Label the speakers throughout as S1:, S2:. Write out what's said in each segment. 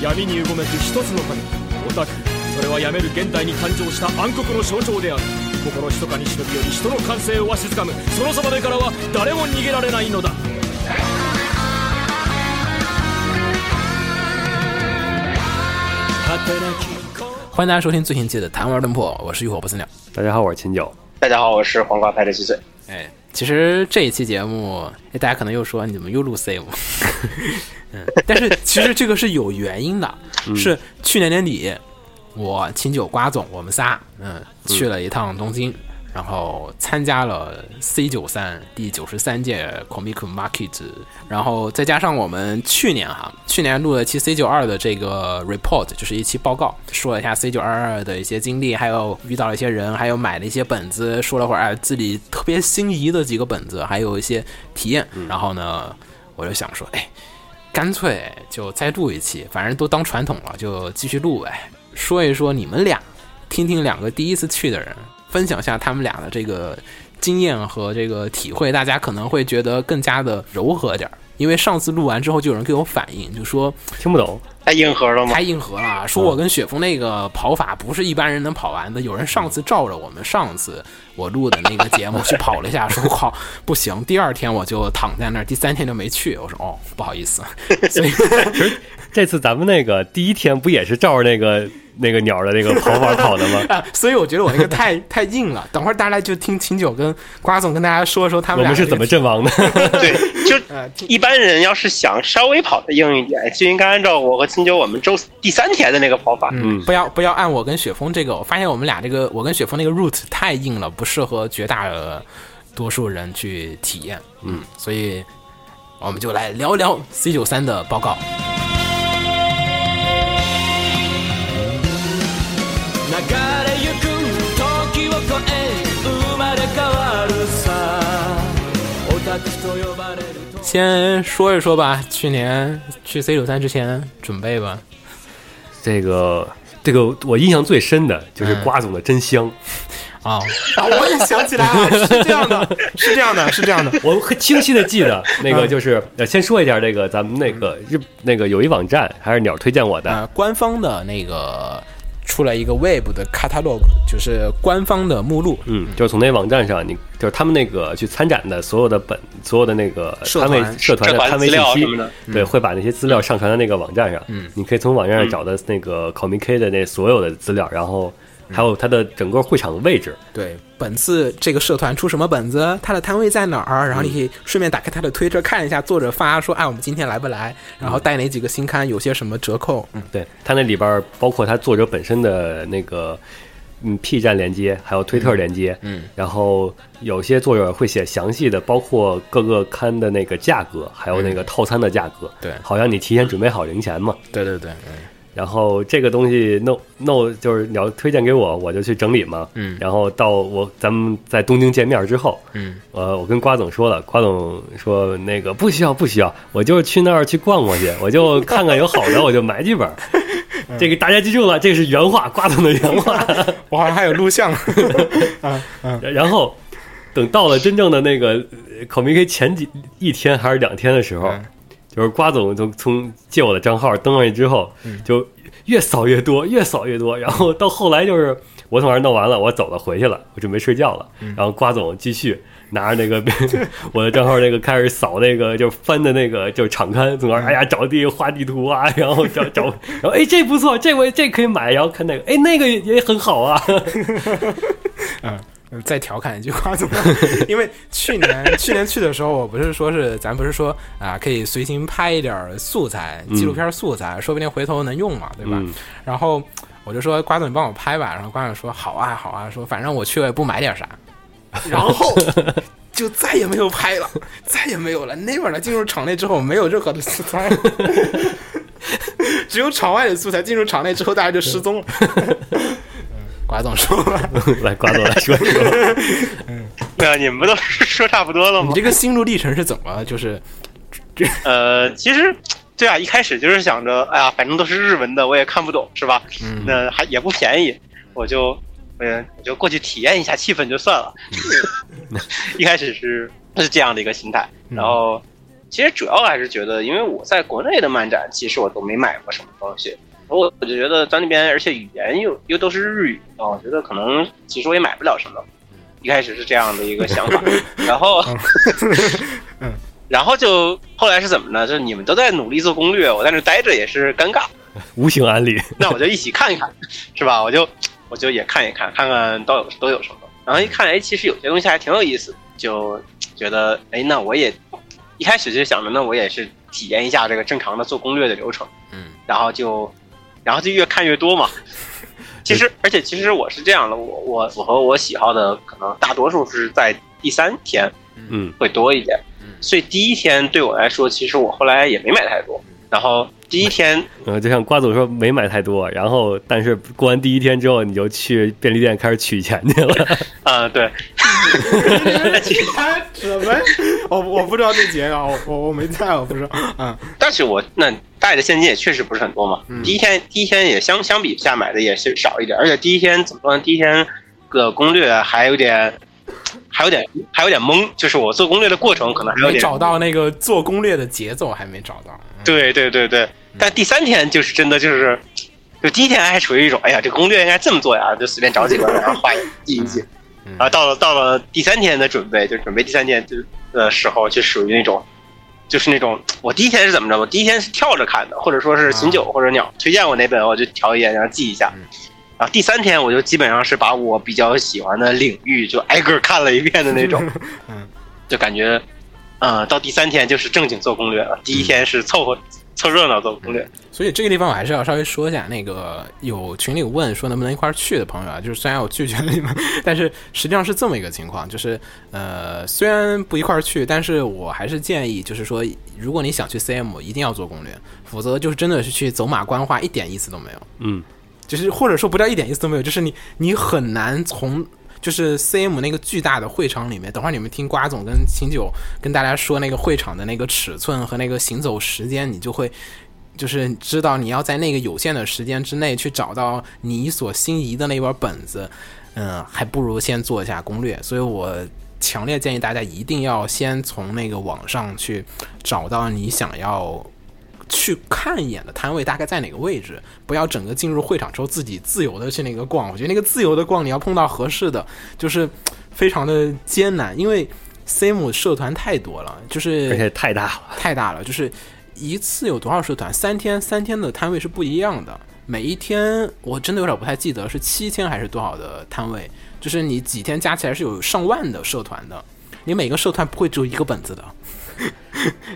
S1: 闇にうごめく一つの神オタクそれはやめる現代に誕生した暗黒の象徴である心ひそかに忍び寄り人の感性をわしづかむそのそばめからは誰も逃げられないのだ
S2: 欢迎大家收听最新期的《谈玩论破》，我是浴火不死鸟。
S3: 大家好，我是秦九。
S4: 大家好，我是黄瓜派的七岁。
S2: 哎，其实这一期节目，哎，大家可能又说你怎么又录 same？嗯，但是其实这个是有原因的，是去年年底，我秦九瓜总我们仨，嗯，去了一趟东京，然后参加了 C 九三第九十三届 Comic Market，然后再加上我们去年哈，去年录了一期 C 九二的这个 report，就是一期报告，说了一下 C 九二二的一些经历，还有遇到了一些人，还有买了一些本子，说了会儿哎自己特别心仪的几个本子，还有一些体验，然后呢，我就想说，哎。干脆就再录一期，反正都当传统了，就继续录呗。说一说你们俩，听听两个第一次去的人，分享一下他们俩的这个经验和这个体会，大家可能会觉得更加的柔和点儿。因为上次录完之后，就有人给我反映，就说
S3: 听不懂，
S4: 太哎硬核
S3: 嗯
S4: 了吗
S2: 太？硬核了，说我跟雪峰那个跑法不是一般人能跑完的。有人上次照着我们上次我录的那个节目去跑了一下，说靠不行，第二天我就躺在那儿，第三天就没去。我说哦，不好意思， 所以？
S3: 这次咱们那个第一天不也是照着那个那个鸟的那个跑法跑的吗
S2: 啊，所以我觉得我那个太 太硬了。等会儿大家就听秦九跟瓜总跟大家说说 他
S3: 我
S2: 俩
S3: 们是怎么阵亡的？
S4: 哎对，就一般人要是想稍微跑的硬一点，就应该按照我和秦九我们周第三天的那个跑法。
S2: 嗯，不要不要按我跟雪峰这个，我发现我们俩这个我跟雪峰那个 route 太硬了，不适合绝大多数人去体验。嗯，所以我们就来聊聊 C 九三的报告。
S1: 流れゆく時を越え生まれ変わるさオタクと呼ばれると
S2: 先说一说吧，去年去 C 九三之前准备吧，
S3: 这个这个我印象最深的就是瓜总的真香，
S2: 啊、啊，我也想起来了，是这样的，是这样的，是这样的，
S3: 我很清晰的记得那个就是呃先说一下这个咱们那个日那个有一网站还是鸟推荐我的，
S2: 呃，官方的那个出了一个 Web 的 catalog，就是官方的目录，
S3: 嗯，就是从那网站上，你就是他们那个去参展的所有的本，所有的那个
S2: 社
S3: 摊位
S2: 团
S3: 社团的
S4: 社团
S3: 摊位信
S4: 资料
S3: 息
S4: 什么的，
S3: 对，会把那些资料上传到那个网站上。嗯，你可以从网站上找到那个 Comic 的那所有的资料，然后还有它的整个会场的位置。
S2: 对，本次这个社团出什么本子，它的摊位在哪儿，然后你可以顺便打开它的推特看一下作者发说，哎，我们今天来不来，然后带哪几个新刊，有些什么折扣，嗯，
S3: 对，它那里边包括它作者本身的那个。嗯，P 站连接，还有推特连接，嗯，然后有些作者会写详细的，包括各个刊的那个价格，还有那个套餐的价格，
S2: 对
S3: 好像你提前准备好零钱嘛，
S2: 对对对，嗯
S3: 然后这个东西弄弄就是你要推荐给我，我就去整理嘛。
S2: 嗯
S3: 然后到我咱们在东京见面之后，
S2: 嗯，
S3: 呃，我跟瓜总说了，瓜总说那个不需要不需要，我就是去那儿去逛逛去，我就看看有好的我就买几 本儿。这个大家记住了，这是原话，瓜总的原话。
S2: 我好像还有录像，
S3: 然 后等到了真正的那个口明 K 前几一天还是两天的时候，就是瓜总从从借我的账号登上去之后，就越扫越多，越扫越多，然后到后来就是我从那儿弄完了，我走了回去了，我准备睡觉了，然后瓜总继续。拿着那个 我的账号那个开始扫那个就翻的那个就场刊，从那儿哎呀找地画地图啊，然后找找， 然后哎这不错，这我这可以买，然后看那个哎那个也很好啊，
S2: 嗯，再调侃一句话怎么样？因为去年去年去的时候，我不是说是咱不是说啊，可以随行拍一点儿素材，纪录片素材，说不定回头能用嘛，对吧？
S3: 嗯
S2: 然后我就说瓜总，你帮我拍吧。然后瓜总说好啊，好啊，说反正我去了也不买点啥，然后就再也没有拍了， 再也没有了。那会儿呢，进入场内之后没有任何的素材。 只有场外的素材，进入场内之后，大家就失 踪了。瓜总说吧。
S3: 来瓜总来说一说。
S4: 对啊，你们不都是说差不多了 吗
S2: 你？这个心路历程是怎么就是
S4: 呃，其实对啊，一开始就是想着，哎呀，反正都是日文的，我也看不懂，是吧？那还也不便宜，我就嗯，我就过去体验一下气 氛就算了。一开始是是这样的一个心态，然后其实主要还是觉得，因为我在国内的漫展，其实我都没买过什么东西。我我就觉得咱那边，而且语言又又都是日语啊，我觉得可能其实我也买不了什么。一开始是这样的一个想法， 然后，然后就后来是怎么呢？就是你们都在努力做攻略，我在那待着也是尴尬。
S3: 无形安利，
S4: 那我就一起看一看，是吧？我就我就也看一看，看看都有都有什么。然后一看，哎，其实有些东西还挺有意思，就觉得，哎，那我也一开始就想着，那我也是体验一下这个正常的做攻略的流程，
S2: 嗯，
S4: 然后就然后就越看越多嘛。其实，而且其实我是这样的，我我我和我喜好的可能大多数是在第三天
S3: 嗯，
S4: 会多一点，
S2: 嗯
S4: 所以第一天对我来说，其实我后来也没买太多。
S2: 嗯
S4: 然后第一天
S3: 呃，就像瓜总说，没买太多，然后但是过完第一天之后，你就去便利店开始取钱去 了。
S4: 啊、对，
S5: 什么？我
S2: 哦
S5: 我不知道这节啊，我我我没在，我不知道
S2: 嗯
S5: 啊。
S4: 但是我那带的现金也确实不是很多嘛。第一天第一天也相相比下买的也是少一点，而且第一天怎么说呢？第一天个攻略还有点，还有点还有点懵，就是我做攻略的过程可能还有
S2: 没
S4: 点
S2: 找到那个做攻略的节奏，还没找到。嗯
S4: 对对对对，但第三天就是真的就是，就第一天还处于一种哎呀，这攻略应该这么做呀，就随便找几个然后画一记一记。
S2: 嗯
S4: 然后到了到了第三天的准备，就准备第三天就的时候，就属于那种，就是那种我第一天是怎么着？我第一天是跳着看的，或者说是秦九或者鸟推荐我哪本，我就瞟一眼然后记一下。然后第三天我就基本上是把我比较喜欢的领域就挨个儿看了一遍的那种，
S5: 嗯，
S4: 就感觉，呃，到第三天就是正经做攻略了，第一天是凑合凑热闹做攻略，
S2: 所以这个地方我还是要稍微说一下，那个有群里问说能不能一块儿去的朋友啊，就是虽然我拒绝了你们， 但是实际上是这么一个情况，就是呃，虽然不一块儿去，但是我还是建议，就是说，如果你想去 CM，一定要做攻略，否则就是真的是去走马观花，一点意思都没有。
S3: 嗯，
S2: 就是或者说不叫一点意思都没有，就是你你很难从就是 CM 那个巨大的会场里面，等会儿你们听瓜总跟秦九跟大家说那个会场的那个尺寸和那个行走时间，你就会。就是知道你要在那个有限的时间之内去找到你所心仪的那本本子，嗯，还不如先做一下攻略。所以我强烈建议大家一定要先从那个网上去找到你想要去看一眼的摊位大概在哪个位置，不要整个进入会场之后自己自由的去那个逛。我觉得那个自由的逛，你要碰到合适的，就是嘖非常的艰难，因为 CM 社团太多了，就是
S3: 而且太大了，
S2: 太大了，就是一次有多少社团？三天三天的摊位是不一样的，每一天我真的有点不太记得是七天还是多少的摊位，就是你几天加起来是有上万的社团的，你每个社团不会只有一个本子的。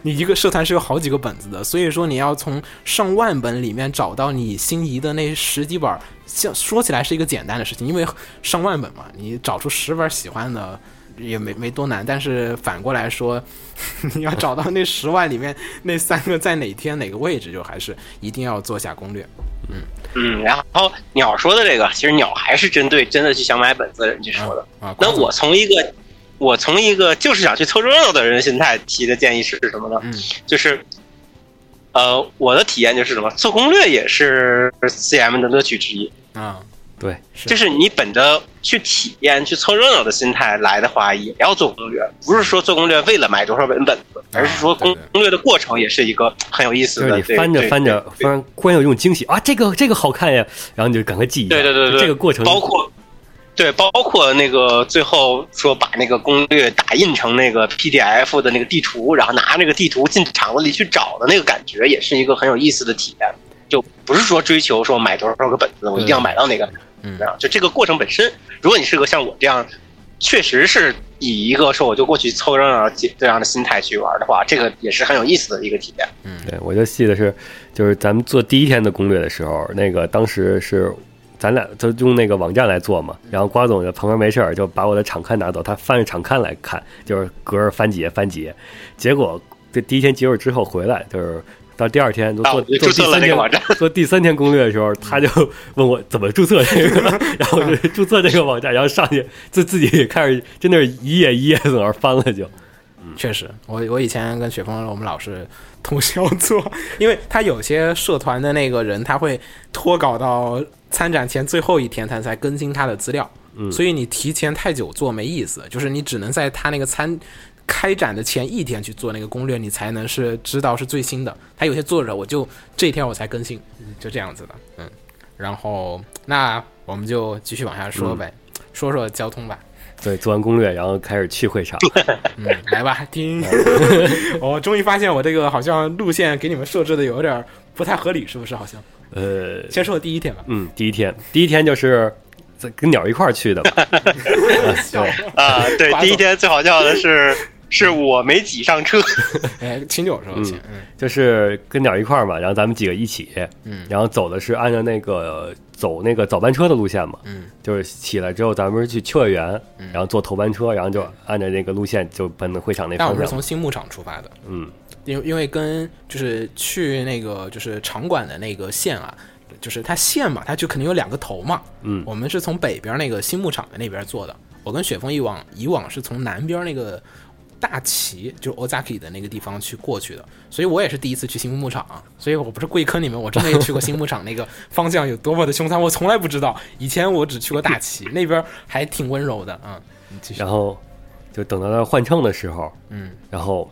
S2: 你一个社团是有好几个本子的，所以说你要从上万本里面找到你心仪的那十几本儿，像说起来是一个简单的事情，因为上万本嘛，你找出十本儿喜欢的也没没多难。但是反过来说， 你要找到那十万里面那三个在哪天哪个位置，就还是一定要做下攻略。
S4: 嗯，然后鸟说的这个，其实鸟还是针对真的去想买本子的人去说的。
S2: 啊，
S4: 那
S2: 瓜总
S4: 我从一个我从一个就是想去凑热闹的人心态提的建议是什么呢？
S2: 嗯
S4: 就是呃，我的体验就是什么，做攻略也是 CM 的乐趣之一。
S2: 啊，
S3: 对，
S2: 是
S4: 就是你本着去体验、去凑热闹的心态来的话，也要做攻略。不是说做攻略为了买多少本本子，而是说攻
S2: 对对
S4: 攻略的过程也是一个很有意思
S3: 啊就是
S4: 的。
S3: 你翻着翻着，突然忽然有一种惊喜啊，这个这个好看呀，然后你就赶快记一下。
S4: 对对对对，
S3: 这个过程
S4: 包括对，包括那个最后说把那个攻略打印成那个 PDF 的那个地图，然后拿那个地图进厂子里去找的那个感觉，也是一个很有意思的体验。就不是说追求说买多少个本子，我一定要买到哪个，
S2: 嗯
S4: 这样就这个过程本身。如果你是个像我这样，确实是以一个说我就过去凑热闹这样的心态去玩的话，这个也是很有意思的一个体验。
S3: 对，我就记得是，就是咱们做第一天的攻略的时候，那个当时是咱俩就用那个网站来做嘛，然后瓜总在旁边没事儿就把我的场刊拿走，他翻着场刊来看，就是隔着翻几页翻几页，结果这第一天结束之后回来就是。到第二天都
S4: 啊
S3: 做
S4: 我就
S3: 做
S4: 注
S3: 第
S4: 册了
S3: 三
S4: 那个
S3: 天
S4: 网站
S3: 做第三天攻略的时候，他 就问我怎么注册这个， 然后我就注册这个网站，然后上去自自己开始真的是一页一页在那儿翻了就，
S2: 确实，我我以前跟雪峰我们老是通宵做，因为他有些社团的那个人他会拖稿到参展前最后一天他才更新他的资料，所以你提前太久做没意思，就是你只能在他那个参开展的前一天去做那个攻略，你才能是知道是最新的。它有些作者我就这一天我才更新，就这样子的。嗯，然后那我们就继续往下说呗，说说交通吧。
S3: 对，做完攻略，然后开始去会场。
S2: 嗯，来吧，听。 我终于发现我这个好像路线给你们设置的有点儿不太合理，是不是？好像
S3: 呃，
S2: 先说第一天吧。
S3: 嗯，第一天，第一天就是在跟鸟一块儿去的 吧？
S4: 啊， 对
S2: 瓜，总
S4: 第一天最好笑的 是，是我没挤上车，
S2: 哎，清酒是吧？先嗯
S3: 就是跟鸟一块儿嘛，然后咱们几个一起，
S2: 嗯
S3: 然后走的是按照那个走那个早班车的路线嘛，
S2: 嗯，
S3: 就是起来之后咱们是去秋叶原，然后坐头班车，然后就按照那个路线就奔着会场那
S2: 但我
S3: 方
S2: 们
S3: 向
S2: 是。从新牧场出发的，
S3: 嗯，
S2: 因为因为跟就是去那个就是场馆的那个线啊，就是它线嘛，它就肯定有两个头嘛。
S3: 嗯
S2: 我们是从北边那个新牧场的那边做的，我跟雪峰以往以往是从南边那个大崎，就是 Ozaki 的那个地方去过去的，所以我也是第一次去新牧场，啊所以我不是故意坑你们，我真的也去过新牧场那个方向有多么的凶残，我从来不知道，以前我只去过大崎那边还挺温柔的，嗯，你继续
S3: 然，后就等到那换乘的时候，
S2: 嗯，
S3: 然后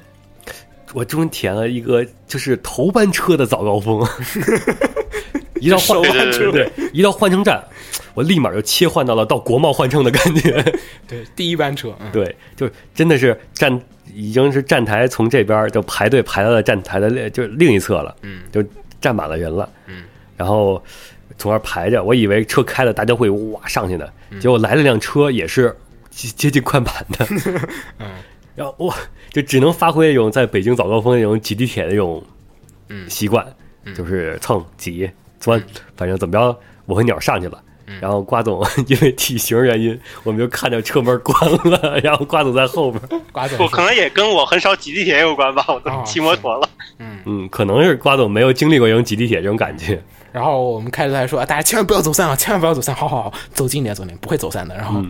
S3: 我终于体验了一个就是头班车的早高峰，一到换
S4: 手班车
S3: 对对对一到换乘站，我立马就切换到了到国贸换乘的感觉。
S2: 对，第一班车，嗯，
S3: 对，就是真的是站已经是站台从这边就排队排到了站台的另就是另一侧了，
S2: 嗯，
S3: 就站满了人了，
S2: 嗯，
S3: 然后从那儿排着，我以为车开了大家会哇上去呢，结果来了辆车也是接接近快满的，
S2: 嗯，
S3: 然后哇就只能发挥一种在北京早高峰那种挤地铁的那种
S2: 嗯
S3: 习惯，就是蹭挤钻，反正怎么着我和鸟上去了。
S2: 嗯
S3: 然后瓜总 因为体型原因，我们就看着车门关了，然后瓜总在后边，
S2: 瓜总 说，
S4: 我可能也跟我很少挤地铁有关吧，我
S2: 啊
S4: 都骑摩托了。
S3: 嗯，可能是瓜总没有经历过这种挤地铁这种感觉，
S2: 然后我们开始在说，啊大家千万不要走散啊，千万不要走散，好好好，走近点，走近点，不会走散的。然后，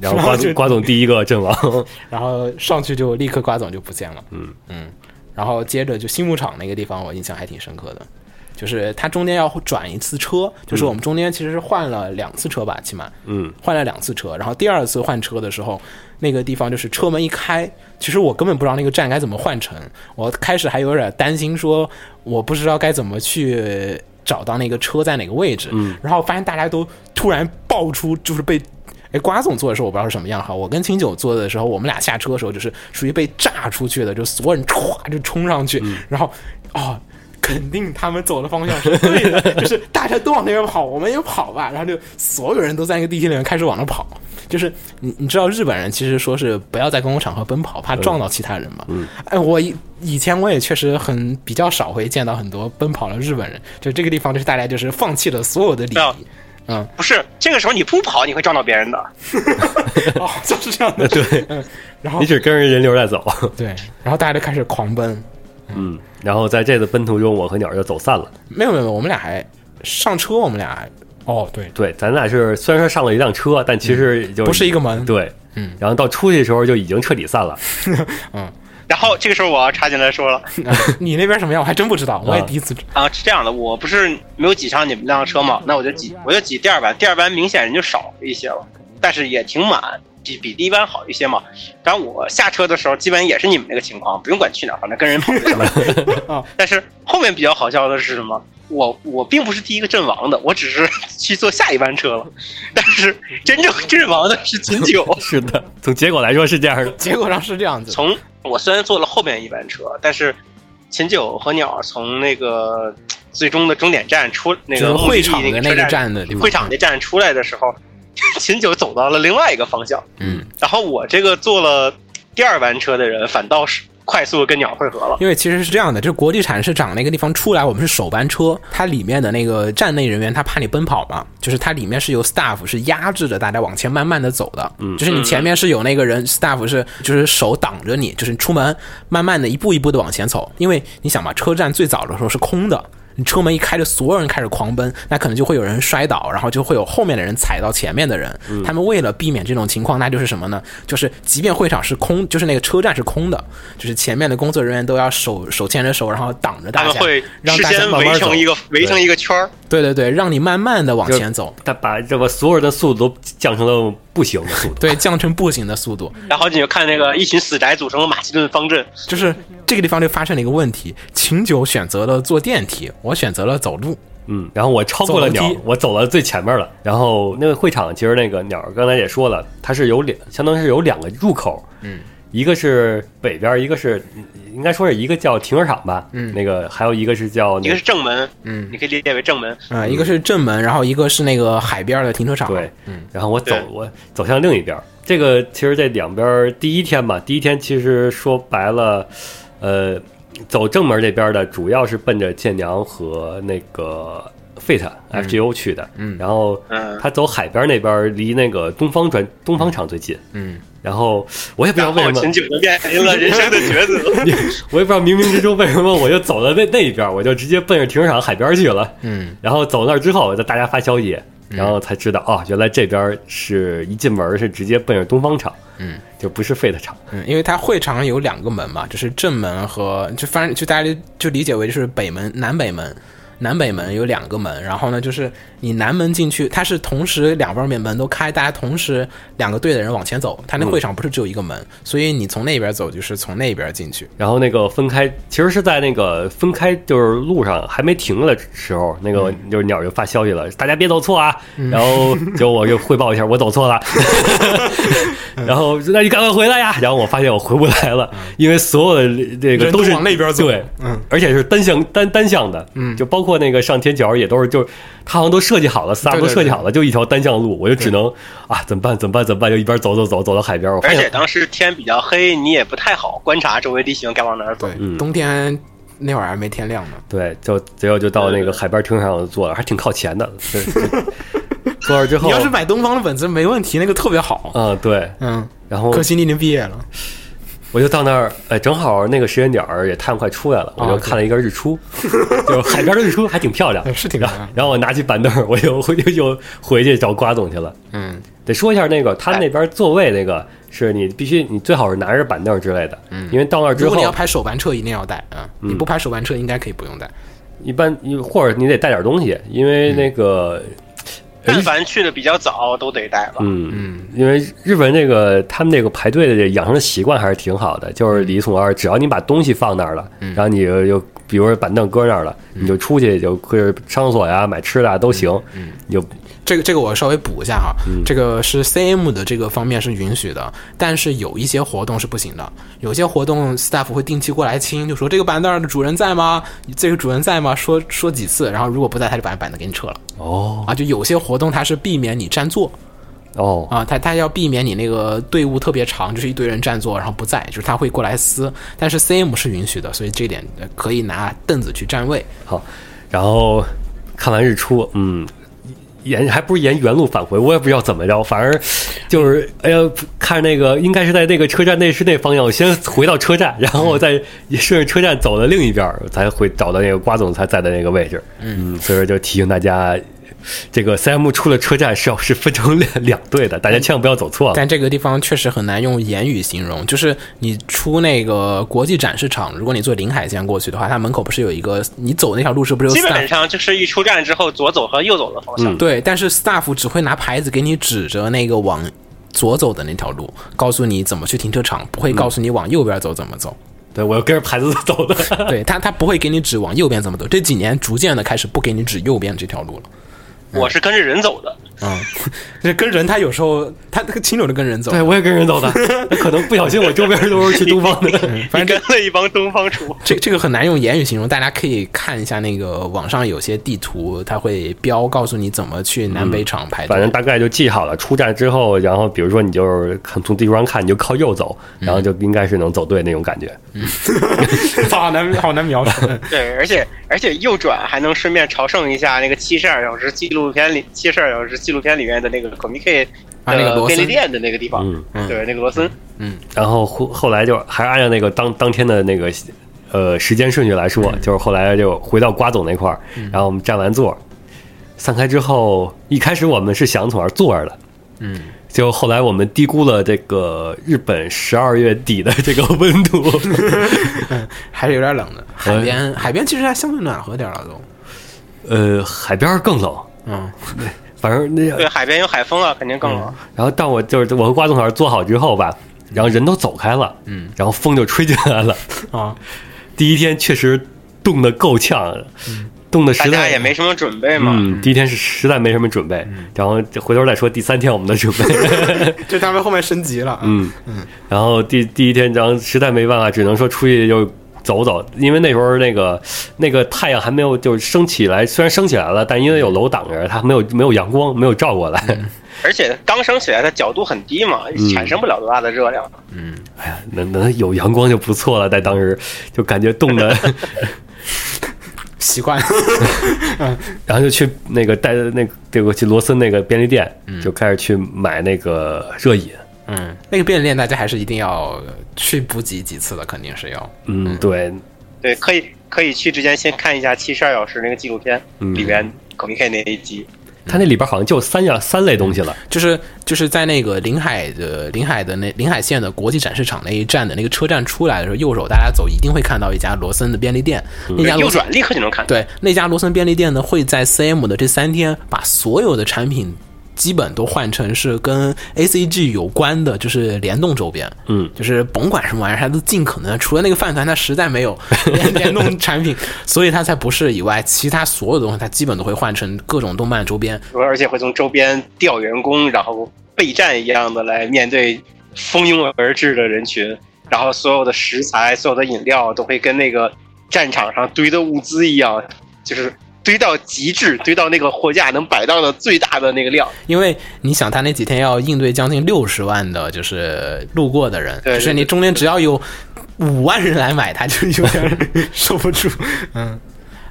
S3: 然 后瓜总瓜总第一个阵亡，
S2: 然后上去就立刻瓜总就不见了。
S3: 嗯
S2: 嗯，然后接着就新牧场那个地方，我印象还挺深刻的，就是它中间要转一次车，就是我们中间其实是换了两次车吧，起码，
S3: 嗯，
S2: 换了两次车。然后第二次换车的时候，那个地方就是车门一开，其实我根本不知道那个站该怎么换乘，我开始还有点担心，说我不知道该怎么去。找到那个车在哪个位置，然后发现大家都突然爆出，就是被哎，瓜总做的时候我不知道是什么样哈，我跟清酒做的时候，我们俩下车的时候就是属于被炸出去的，就所有人歘就冲上去，
S3: 嗯
S2: 然后哦，肯定他们走的方向是对的， 就是大家都往那边跑，我们也跑吧，然后就所有人都在那个地铁里面开始往那跑，就是你你知道日本人其实说是不要在公共场合奔跑，怕撞到其他人嘛。嗯，哎，我以以前我也确实很比较少会见到很多奔跑的日本人，就这个地方就是大家就是放弃了所有的礼
S4: 对啊
S2: 仪。嗯，
S4: 不是，这个时候你不跑，你会撞到别人的。
S2: 哦，就是这样的。
S3: 对
S2: 嗯，然后
S3: 你只跟着人流在走，
S2: 对，然后大家就开始狂奔。
S3: 嗯，然后在这次奔途中，我和鸟就走散了。
S2: 没有没有没有，我们俩还上车，我们俩还哦对，
S3: 对，咱俩是虽然说上了一辆车，但其实就
S2: 嗯不是一个门
S3: 对，
S2: 嗯，
S3: 然后到出去的时候就已经彻底散了，
S4: 然后这个时候我要插进来说了
S2: 啊你那边什么样我还真不知道，我也第一次知。
S4: 啊，是这样的，我不是没有挤上你们那辆车嘛，那我就挤，我就挤第二班，第二班明显人就少了一些了，但是也挺满，比比第一班好一些嘛。然后我下车的时候，基本也是你们那个情况，不用管去哪儿，反正跟人跑就行
S5: 啊
S4: 了。但是后面比较好笑的是什么？我我并不是第一个阵亡的，我只是去坐下一班车了。但是真正阵亡的是秦九，
S3: 是的，从结果来说是这样的，
S2: 结果上是这样子，
S4: 从我虽然坐了后面一班车，但是秦九和鸟从那个最终的终点站出那
S2: 就是
S4: 个目
S2: 会
S4: 的地
S2: 场的
S4: 那
S2: 那
S4: 车
S2: 个
S4: 站
S2: 站的地方，
S4: 会场那站出来的时候， 秦九走到了另外一个方向，
S2: 嗯，
S4: 然后我这个坐了第二班车的人反倒是快速地跟鸟汇合了。
S2: 因为其实是这样的，就是国际产市场那个地方出来，我们是首班车，它里面的那个站内人员他怕你奔跑嘛，就是它里面是有 staff 是压制着大家往前慢慢的走的，嗯，就是你前面是有那个人 staff 是就是手挡着你，就是你出门慢慢的一步一步的往前走，因为你想嘛，车站最早的时候是空的。你车门一开着，所有人开始狂奔，那可能就会有人摔倒，然后就会有后面的人踩到前面的人。
S4: 嗯
S2: 他们为了避免这种情况，那就是什么呢？就是即便会场是空，就是那个车站是空的，就是前面的工作人员都要手手牵着手，然后挡着
S4: 他
S2: 大
S4: 们
S2: 家
S4: 会，
S2: 让
S4: 事
S2: 大家
S4: 先
S2: 慢
S4: 围
S2: 慢走
S4: 成。一个围成一个圈儿，
S2: 对对对，让你慢慢的往
S3: 就
S2: 前走。
S3: 他把这把所有人的速度都降成了不不行的速度。
S2: 对，降成步行的速度，
S4: 然后你就看那个一群死宅组成了马其顿方阵，
S2: 就是这个地方就发生了一个问题。秦九选择了坐电梯，我选择了走路。
S3: 嗯，然后我超过了鸟
S2: 走楼梯，
S3: 我走了最前面了。然后那个会场其实那个鸟刚才也说了，它是有两，相当于是有两个入口，嗯，一个是北边，一个是嗯应该说是一个叫停车场吧，嗯，那个还有一个是叫
S4: 一
S3: 那
S4: 个
S3: 个
S4: 是正门，嗯，你可以理解为正门，
S2: 啊、一个是正门，然后一个是那个海边的停车场。
S3: 对，然后我走
S4: 对
S3: 我走向另一边儿。这个其实这两边儿第一天嘛，第一天其实说白了，呃，走正门这边的主要是奔着剑娘和那个 Fate FGO 去的，嗯，然后
S4: 嗯
S3: 他走海边那边儿离那个东方转东方场最近，
S2: 嗯，
S3: 然后我也不知道
S4: 然
S3: 为
S4: 后
S3: 什么，
S4: 秦九就面临了人 生的抉择。
S3: 我也不知道冥冥之中为什么我就走到那那一边儿，我就直接奔着停车场海边儿去了。
S2: 嗯，
S3: 然后走那儿之后，大家发消息，然后才知道哦，原来这边儿是一进门儿是直接奔着东方场，
S2: 嗯，
S3: 就不是 Fate 场。
S2: 嗯，因为它会场有两个门嘛，就是正门和就反正就大家就理解为就是北门、南北门。南北门有两个门，然后呢，就是你南门进去，它是同时两方面门都开，大家同时两个队的人往前走，它那会场不是只有一个门，所以你从那边走就是从那边进去。
S3: 然后那个分开，其实是在那个分开就是路上还没停的时候，那
S2: 嗯
S3: 个就是鸟就发消息了，大家别走错啊。然后结果我就汇报一下，我走错 了。 然后那你赶快回来
S2: 嗯
S3: 呀！然后我发现我回不来了，因为所有的这个
S2: 人都
S3: 是
S2: 往那边走
S3: 对，
S5: 嗯，
S3: 而且是单向单单向的，嗯，就包括那个上天桥也都是，就是他好像都设计好了，四大
S2: 对
S3: 都
S2: 对
S3: 设计
S2: 对
S3: 好了，就一条单向路，我就只能啊，怎么办？怎么办？怎么办？就一边走走走走到海边，我发
S4: 而
S3: 现
S2: 哎
S4: 且当时天比较黑，你也不太好观察周围地形该往哪儿走
S2: 对。，嗯冬天那会儿还没天亮呢。
S3: 对，就结果就到那个海边停车场坐了，还挺靠前的。 对对坐那儿之后
S2: 你，要是买东方的本子没问题，那个特别好。
S3: 嗯，对，
S2: 嗯，
S3: 然后
S2: 可惜你已经毕业了。
S3: 我就到那儿，哎，正好那个时间点儿也太阳快出来了，
S2: 哦
S3: 我就看了一个 日出，就海边的日出还挺漂亮，
S2: 哎是挺漂亮
S3: 然后然后我拿起板凳儿，我又回又又回去找瓜总去了。
S2: 嗯，哎
S3: 得说一下那个，他那边座位那个是你必须你最好是拿着板凳儿之类的，因为到那儿
S2: 嗯
S3: 之
S2: 如
S3: 后
S2: 果你要拍手办车，一定要带啊！你不拍手办车，应该可以不用带。
S3: 一般或者你得带点东西，因
S2: 嗯
S3: 为那个
S2: 哎
S4: 但凡去的比较早，都得带吧。
S3: 嗯嗯，因为日本这个他们这个排队的这养成的习惯还是挺好的，就是礼从二，只要你把东西放那儿了，然后你就就比如说板凳搁那儿了，你就出去就去上厕所呀、买吃的啊都行，你就
S2: 这个这个我稍微补一下哈，这个是 CM 的这个方面是允许的，但是有一些活动是不行的。有些活动 staff 会定期过来清，就说这个板凳的主人在吗？这个主人在吗？说说几次，然后如果不在，他就把板凳给你撤了
S3: 哦
S2: 啊。就有些活动它是避免你占座
S3: 哦
S2: 啊，他他要避免你那个队伍特别长，就是一堆人占座然后不在，就是他会过来撕。但是 CM 是允许的，所以这一点呃可以拿凳子去占位。
S3: 好，然后看完日出，嗯。沿还不是沿原路返回，我也不知道怎么着，反正就是哎呀，看那个应该是在那个车站内是那方向，我先回到车站，然后再顺着车站走到另一边儿，才回找到那个瓜总他在的那个位置。嗯，所以说就提醒大家，这个 CM 出了车站是要是分成两两队的，大家千万不要走错了。
S2: 但这个地方确实很难用言语形容。就是你出那个国际展示场，如果你坐临海线过去的话，它门口不是有一个，你走那条路是不是有
S4: 基本
S2: staff？
S4: 上就是一出站之后，左走和右走的方向。
S2: 对，但是 staff 只会拿牌子给你指着那个往左走的那条路，告诉你怎么去停车场，不会告诉你往右边走怎么 走。
S3: 对，我跟着牌子走的。
S2: 对他，他不会给你指往右边怎么走。这几年逐渐的开始不给你指右边这条路了。哎
S4: 我是跟着人走的，
S2: 嗯，这跟人他有时候他他亲手就跟人走。
S3: 对，我也跟人走的， 嗯可能不小心我周边都是去东方 的。
S2: 反正
S4: 你跟了一帮东 方厨。
S2: 这这个很难用言语形容，大家可以看一下那个网上有些地图，它会标告诉你怎么去南北场排队。
S3: 嗯哎反正大概就记好了。出站之后，然后比如说你就是看从地图上看，你就靠右走，然后就应该是能走对那种感觉。
S5: 好难好难描述。
S4: 对，而且而且右转还能顺便朝圣一下那个七十二小时纪录片里七十二小时纪录片里面的那个 c o m i c
S2: 啊那个
S4: 的
S2: 罗森嗯
S4: 便利店的那个地方，对，那个罗森。
S3: 然后后后来就还是按照那个当当天的那个呃时间顺序来说，就是后来就回到瓜总那块儿，然后我们占完座，散开之后，一开始我们是想从哪儿坐着的，嗯，就后来我们低估了这个日本十二月底的这个温度，
S2: 还是有点冷的，海
S3: 嗯
S2: 边海边其实还相对暖和点了都。
S3: 呃，海边儿更冷，
S2: 嗯，
S3: 反正那
S4: 对，海边有海风啊，肯定更冷。
S3: 然后当我就是我和瓜总老师做好之后吧，然后人都走开了，
S2: 嗯，
S3: 然后风就吹进来了。
S2: 啊，
S3: 第一天确实冻得够呛，
S2: 嗯
S3: 冻得
S4: 大
S3: 实
S4: 家
S3: 在
S4: 也没什么准备嘛，
S3: 嗯，第一天是实在没什么准备，
S2: 嗯
S3: 然后回头再说第三天我们的准 备。
S5: 这他们后面升级了啊，
S3: 嗯嗯，然后第第一天，然后实在没办法，只能说出去就走走，因为那时候那个那个太阳还没有就是升起来，虽然升起来了，但因为有楼挡着，它没有没有阳光，没有照过来。
S2: 嗯
S4: 而且刚升起来，它角度很低嘛，产生不了多大的热量。
S3: 哎呀，能能有阳光就不错了，在当时就感觉 冻得。
S2: 习惯
S3: 然后就去那个带那个这个去罗森那个便利店，就开始去买那个热饮。
S2: 嗯，那个便利店大家还是一定要去补给几次的，肯定是要。
S3: 嗯，对，
S4: 对，可以可以去之前先看一下《七十二小时》那个纪录片
S3: 嗯
S4: 里边 k o m i k 那一集，
S3: 它那里边好像就三样三类东西了。
S2: 就是就是在那个临海的临海的那临海县的国际展示场那一站的那个车站出来的时候，右手大家走一定会看到一家罗森的便利店，
S3: 嗯
S2: 那家
S4: 右
S2: 罗森
S4: 转立刻就能看到。
S2: 对那家罗森便利店呢会在 CM 的这三天把所有的产品。基本都换成是跟 ACG 有关的，就是联动周边，
S3: 嗯
S2: 就是甭管什么玩意儿，它都尽可能，除了那个饭团，它实在没有联联动产品，所以它才不是以外，其他所有的东西它基本都会换成各种动漫周边，
S4: 而且会从周边调员工，然后备战一样的来面对蜂拥而至的人群，然后所有的食材、所有的饮料都会跟那个战场上堆的物资一样，就是堆到极致，堆到那个货架能摆到的最大的那个量。
S2: 因为你想，他那几天要应对将近六十万的，就是路过的人，
S4: 对
S2: 就是你中间只要有五万人来买，他就有 点受不住。嗯，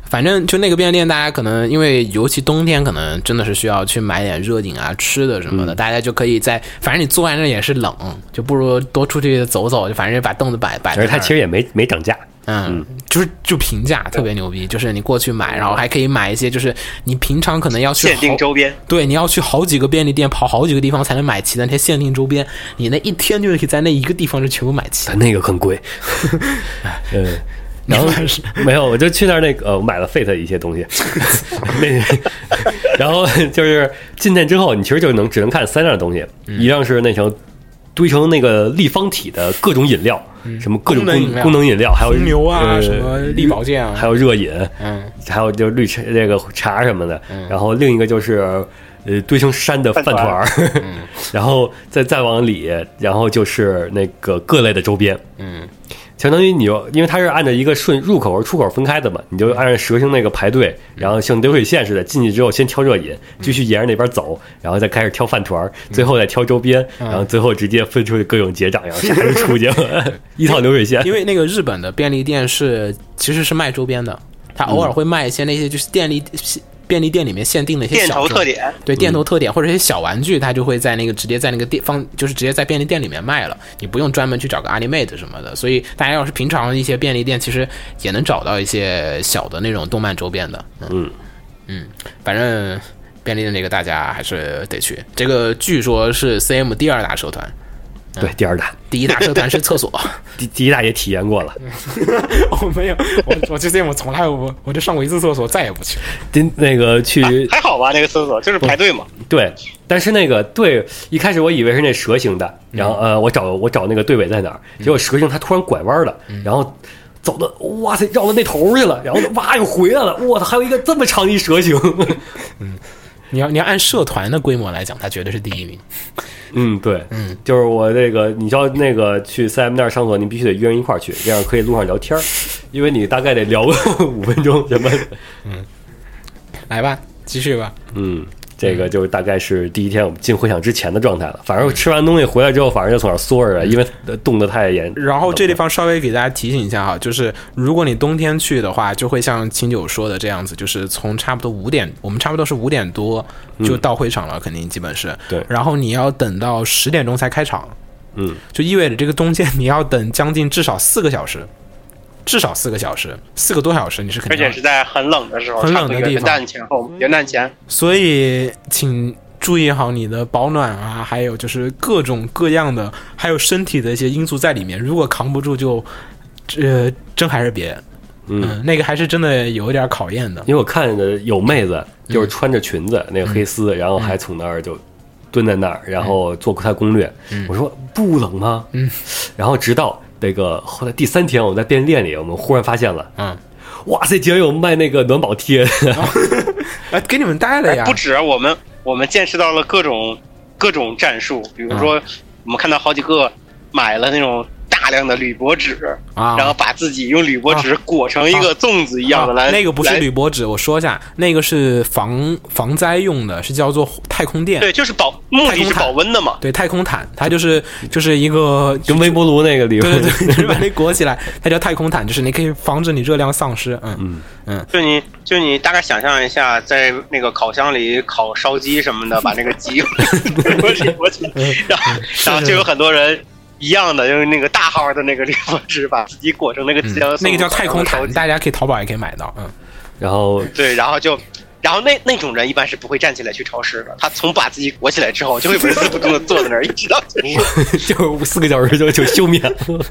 S2: 反正就那个便利店，大家可能因为尤其冬天，可能真的是需要去买点热饮啊、吃的什么
S4: 嗯
S2: 的，大家就可以在，反正你坐在那也是冷，就不如多出去走走，就反正把凳子摆摆在
S3: 而
S2: 那儿。
S3: 它其实也没没涨价，
S2: 嗯，就是就平价特别牛逼，就是你过去买，然后还可以买一些，就是你平常可能要去
S4: 嗯限定
S2: 好
S4: 周边，
S2: 对，你要去好几个便利店，跑好几个地方才能买齐的那些限定周边，你那一天就可以在那一个地方就全部买齐。
S3: 但那个很 贵。嗯，然后 没有，我就去那儿那个呃，我买了 Fit 一些东西。 那 然后就是进店之后，你其实就能只能看三样东西，
S2: 嗯
S3: 一样是那成堆成那个立方体的各种饮料，什么各种
S2: 功能饮料
S3: 功能饮料，还有
S2: 嗯红牛啊
S3: 呃
S2: 什么力保健啊
S3: 还有热饮，
S2: 嗯，
S3: 还有就是绿茶那个茶什么的，然后另一个就是呃堆成山的饭团儿， 嗯然后再再往里，然后就是那个各类的周边，嗯，相当于你就因为它是按照一个顺入口和出口分开的嘛，你就按照蛇形那个排队，然后像流水线似的进去之后先挑热饮，继续沿着那边走，然后再开始挑饭团儿，最后再挑周边，然后最后直接分出去各种结 账，然后啥时候出去了，一套流水 线
S2: 因，为那个日本的便利店是其实是卖周边的，它偶尔会卖一些那些就是便利便利店里面限定的一些
S4: 店
S2: 小
S4: 头
S2: 众
S4: 特，点。
S2: 对店头特点或者一些小玩具，它就会在那个直接在那个店方就是直接在便利店里面卖了，你不用专门去找个 Animate 什么的。所以大家要是平常一些便利店，其实也能找到一些小的那种动漫周边的。
S3: 嗯
S2: 嗯，反正便利店这个大家还是得去。这个据说是 CM 第二大社团，
S3: 对，第二大。
S2: 第一大社团是厕所。
S3: 第第一大也体验过了，
S5: 我没有，我我之前我从来我我就上过一次厕所，再也不去了。
S3: 第那个去
S4: 还好吧，那个厕所就是排队嘛，
S2: 嗯
S3: 对，但是那个队一开始我以为是那蛇形的，然后呃，我找我找那个队尾在哪儿，结果蛇形它突然拐弯了，然后走的哇塞绕到那头去了，然后哇又回来了，我操，还有一个这么长一蛇形，
S2: 你要你要按社团的规模来讲，它绝对是第一名。
S3: 嗯，对，嗯，就是我那个，你知道那个去 CM 那儿上厕所，你必须得约人一块儿去，这样可以路上聊天儿，因为你大概得聊个五分钟什么的，
S2: 来吧，继续吧。
S3: 嗯。这个就大概是第一天我们进会场之前的状态了。反正吃完东西回来之后，反正就从那儿缩着了，因为呃冻得太严。
S2: 然后这地方稍微给大家提醒一下哈，就是如果你冬天去的话，就会像秦九说的这样子，就是从差不多五点，我们差不多是五点多就到会场了，肯定基本是。
S3: 对
S2: 然后你要等到十点钟才开场，
S3: 嗯，
S2: 就意味着这个中间你要等将近至少四个小时，至少四个小时，四个多小时你是肯
S4: 而
S2: 定
S4: 且
S2: 要
S4: 是。在很冷的时候，
S2: 很
S4: 差
S2: 冷
S4: 不
S2: 的
S4: 多
S2: 地
S4: 元
S2: 方
S4: 旦前后，元旦前
S2: 所以请注意好你的保暖啊，还有就是各种各样的，还有身体的一些因素在里面。如果扛不住就，呃，真还是别。
S3: 嗯，
S2: 嗯，那个还是真的有一点考验的。
S3: 因为我看着有妹子，就是穿着裙子那个黑丝，然后还从那儿就蹲在那儿，然后做他攻略。我说不冷吗？嗯，然后直到那个后来第三天，我们在便利店里，我们忽然发现了，
S2: 嗯，
S3: 哇塞，竟然有卖那个暖宝贴，
S2: 哎，给你们带了呀
S4: 不，止啊我们，我们见识到了各种各种战术，比
S2: 嗯
S4: 如说我们看到好几个买了那种大量的铝箔纸，
S2: 啊
S4: 然后把自己用铝箔纸裹成一个粽子一样的来，
S2: 啊那个不是
S4: 来
S2: 铝箔纸，我说一下，那个是防防灾用的，是叫做太空垫，
S4: 对，就是保目的是保温的嘛。
S2: 对，太空毯，它就是就是一个
S3: 跟微波炉那个里边
S2: 对对对，就是把那裹起来，它叫太空毯，就是你可以防止你热量丧失。嗯
S4: 就你就你大概想象一下，在那个烤箱里烤烧鸡什么的，把那 个鸡铝箔纸裹起来，
S2: 嗯
S4: 然后然后就有很多人。一样的，用那个大号的那个铝箔纸，把自己裹成那个鸡样的粽子、
S2: 嗯那个叫太空
S4: 然后烧
S2: 毯，
S4: 鸡
S2: 大家可以淘宝也可以买到。嗯，
S3: 然后
S4: 对，然后就，然后那那种人一般是不会站起来去超市的，他从把自己裹起来之后，就会纹丝不动的坐在那儿，一直到结束。
S3: 就四个小时就就休眠了。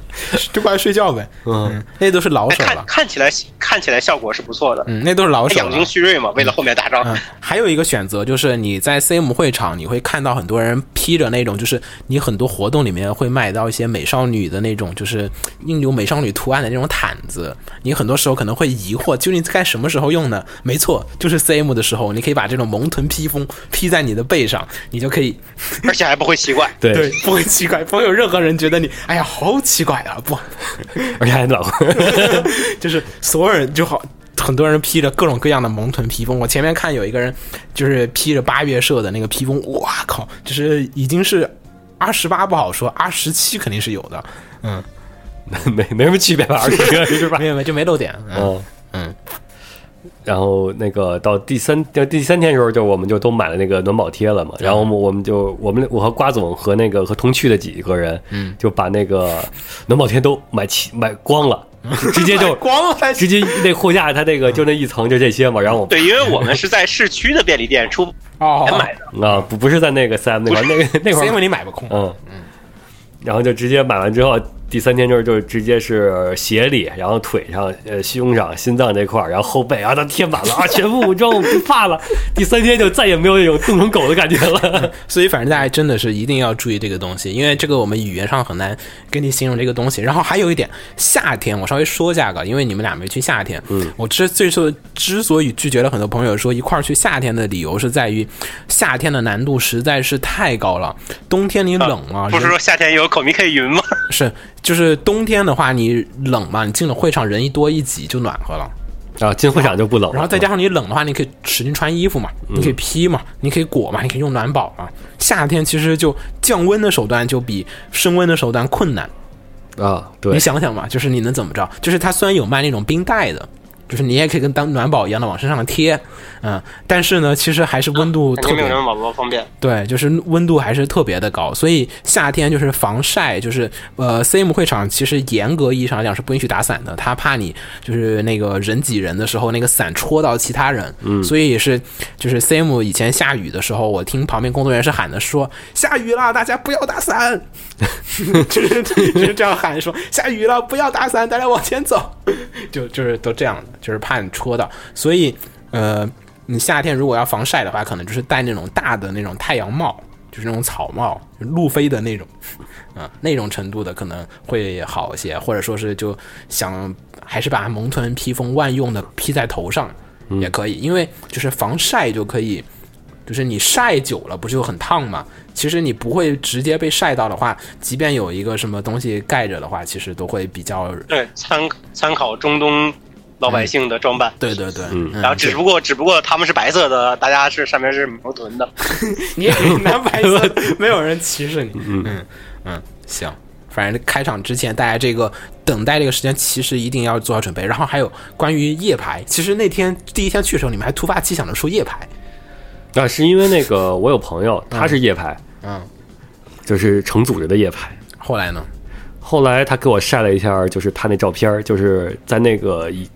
S2: 就过来睡觉呗。
S3: 嗯，
S2: 那都是老
S4: 哎
S2: 手
S4: 看
S2: 了，
S4: 看起来看起来效果是不错的，
S2: 嗯，那都是老
S4: 他
S2: 手
S4: 养
S2: 了
S4: 精。蓄锐嘛，为了后面打仗。
S2: 嗯，还有一个选择就是你在 CM 会场，你会看到很多人披着那种，就是你很多活动里面会卖到一些美少女的那种，就是印有美少女图案的那种毯子。你很多时候可能会疑惑，究竟该什么时候用呢？没错，就是 CM 的时候，你可以把这种萌臀披风披在你的背上，你就可以
S4: 而且还不会奇怪。
S3: 对，
S2: 对，不会奇怪，不会有任何人觉得你，哎呀，好奇怪啊！不，
S3: 而且还暖和。
S2: 就是所有人就好，很多人披着各种各样的萌臀披风。我前面看有一个人就是披着八月社的那个披风，哇靠，就是已经是二十八不好说，二十七肯定是有的，
S3: 没没什么区别吧，二十个是吧
S2: 没？有没有就没露点。嗯
S3: 嗯嗯。然后那个到第三到第三天的时候，就我们就都买了那个暖宝贴了嘛。然后我们我们就我们我和瓜总和那个和同去的几个人，嗯，就把那个暖宝贴都买齐买光 了，直接就
S2: 光了才
S3: 直接那货架它那个就那一层就这些嘛。然后我
S4: 对，因为我们是在市区的便利店出
S2: 哦
S4: 钱买的，
S3: 啊不不是在那个 CM 那块儿那个那块儿
S2: ，CM 你买不空，
S3: 嗯，然后就直接买完之后，第三天就是就直接是鞋里，然后腿上、呃胸上、心脏这块儿，然后后背啊都贴满了 啊，全副武装，我不怕了。第三天就再也没有那种冻成狗的感觉了。
S2: 所以反正大家真的是一定要注意这个东西，因为这个我们语言上很难跟你形容这个东西。然后还有一点，夏天我稍微说一下个，因为你们俩没去夏天。嗯，我之最所之所以拒绝了很多朋友说一块儿去夏天的理由是在于，夏天的难度实在是太高了，冬天你冷了，
S4: 啊不是
S2: 啊人
S4: 说夏天有口蜜 K 云吗？
S2: 是就是冬天的话你冷嘛，你进了会场人一多一挤就暖和了。
S3: 啊，进会场就不冷了，
S2: 然后再加上你冷的话，你可以使劲穿衣服嘛，你可以披嘛，你可以裹嘛，你可以用暖宝嘛。夏天其实就降温的手段就比升温的手段困难。
S3: 啊，对
S2: 你，想想嘛，就是你能怎么着？就是它虽然有卖那种冰袋的，就是你也可以跟当暖宝一样的往身上贴，嗯，但是呢，其实还是温度
S4: 肯
S2: 特
S4: 啊定没
S2: 别
S4: 有人宝宝方便。
S2: 对，就是温度还是特别的高，所以夏天就是防晒，就是呃，CM 会场其实严格意义上来讲是不允许打伞的，他怕你就是那个人挤人的时候，那个伞戳到其他人，嗯，所以也是就是 CM 以前下雨的时候，我听旁边工作人员是喊的说下雨了，大家不要打伞，就是就是这样喊说下雨了，不要打伞，大家往前走， 就就是都这样的，就是怕你戳到，所以呃，你夏天如果要防晒的话，可能就是戴那种大的那种太阳帽，就是那种草帽，路飞的那种， 嗯、那种程度的可能会好一些，或者说是就想还是把蒙臀披风万用的披在头上也可以，因为就是防晒就可以。就是你晒久了，不就很烫吗？其实你不会直接被晒到的话，即便有一个什么东西盖着的话，其实都会比较……
S4: 对，参参考中东老百姓的装扮。
S2: 对对对，嗯
S4: 然后只不过，只不过他们是白色的，大家是上面是毛臀的。
S2: 你也可以拿白色，没有人歧视你。嗯嗯，行，反正开场之前大家这个等待这个时间，其实一定要做好准备。然后还有关于夜排，其实那天第一天去的时候，你们还突发奇想的说夜排，
S3: 啊，是因为那个我有朋友他是夜排，
S2: 嗯，
S3: 就是成组织的夜排。
S2: 后来呢？
S3: 后来他给我晒了一下，就是他那照片儿，就是在那个一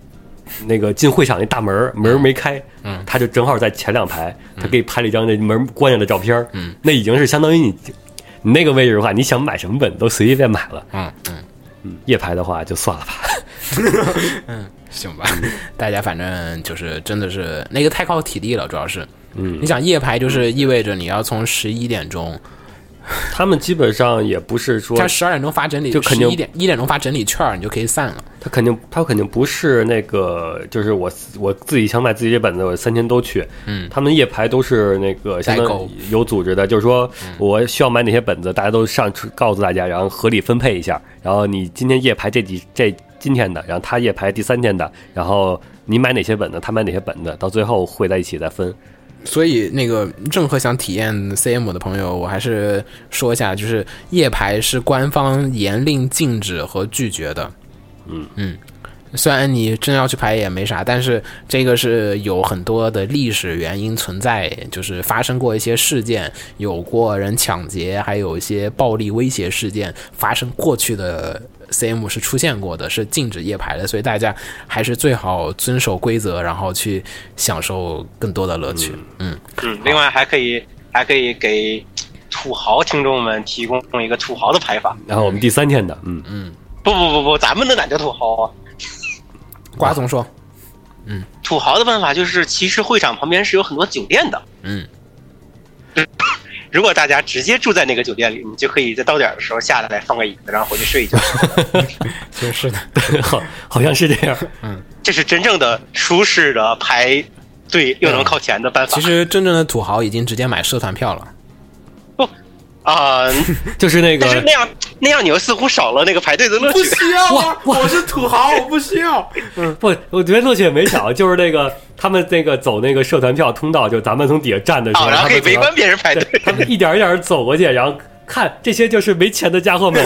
S3: 那个进会场那大门儿门儿没开，嗯，他就正好在前两排，他给你拍了一张那门关上的照片，嗯，那已经是相当于你你那个位置的话，你想买什么本都随意便买了，
S2: 嗯嗯，
S3: 嗯，夜排的话就算了吧，
S2: 行吧， 大家反正就是真的是那个太靠体力了，主要是，
S3: 嗯
S2: 你想夜排就是意味着你要从十一点钟，
S3: 他们基本上也不是说
S2: 他十二点钟发整理，
S3: 就肯定
S2: 一点一点钟发整理券儿，你就可以散了。
S3: 他肯定，他肯定不是那个，就是我我自己想买自己这本子，我三天都去。
S2: 嗯
S3: 他们夜排都是那个相
S2: 代
S3: 当
S2: 购
S3: 有组织的，就是说
S4: 嗯
S3: 我需要买哪些本子，大家都上去告诉大家，然后合理分配一下。然后你今天夜排这几这今天的，然后他夜排第三天的，然后你买哪些本子，他买哪些本子，到最后汇在一起再分。
S2: 所以那个任何想体验 CM 的朋友，我还是说一下，就是夜排是官方严令禁止和拒绝的。
S3: 嗯
S2: 嗯，虽然你真要去排也没啥，但是这个是有很多的历史原因存在，就是发生过一些事件，有过人抢劫，还有一些暴力威胁事件发生过去的 CM 是出现过的，是禁止夜排的，所以大家还是最好遵守规则，然后去享受更多的乐趣。嗯
S4: 嗯，另外还可以还可以给土豪听众们提供一个土豪的排法。
S3: 然后我们第三天的，嗯，
S4: 不不不不，咱们的哪叫土豪啊？
S2: 瓜总说，
S4: 土豪的办法就是，其实会场旁边是有很多酒店的。
S2: 嗯，
S4: 如果大家直接住在那个酒店里，你就可以在到点儿的时候下来放个椅子，然后回去睡一 觉。
S2: 就是的，
S3: 好，好像是这 样。
S4: 这是真正的舒适的排队又能靠前的办 法。
S2: 其实真正的土豪已经直接买社团票了。
S4: 啊、
S3: 就是那个
S4: 但是那样那样你又似乎少了那个排队的乐
S5: 不
S4: 趣。
S5: 需要啊，我是土豪，我不需要。
S3: 不，我觉得乐趣也没少，就是那个他们那个走那个社团票通道，就咱们从底下站的时
S4: 啊，
S3: 候，
S4: 然后可以
S3: 他们
S4: 围
S3: 走
S4: 观别人排
S3: 对
S4: 队。
S3: 他们一点一点走过去，然后看这些就是没钱的家伙们。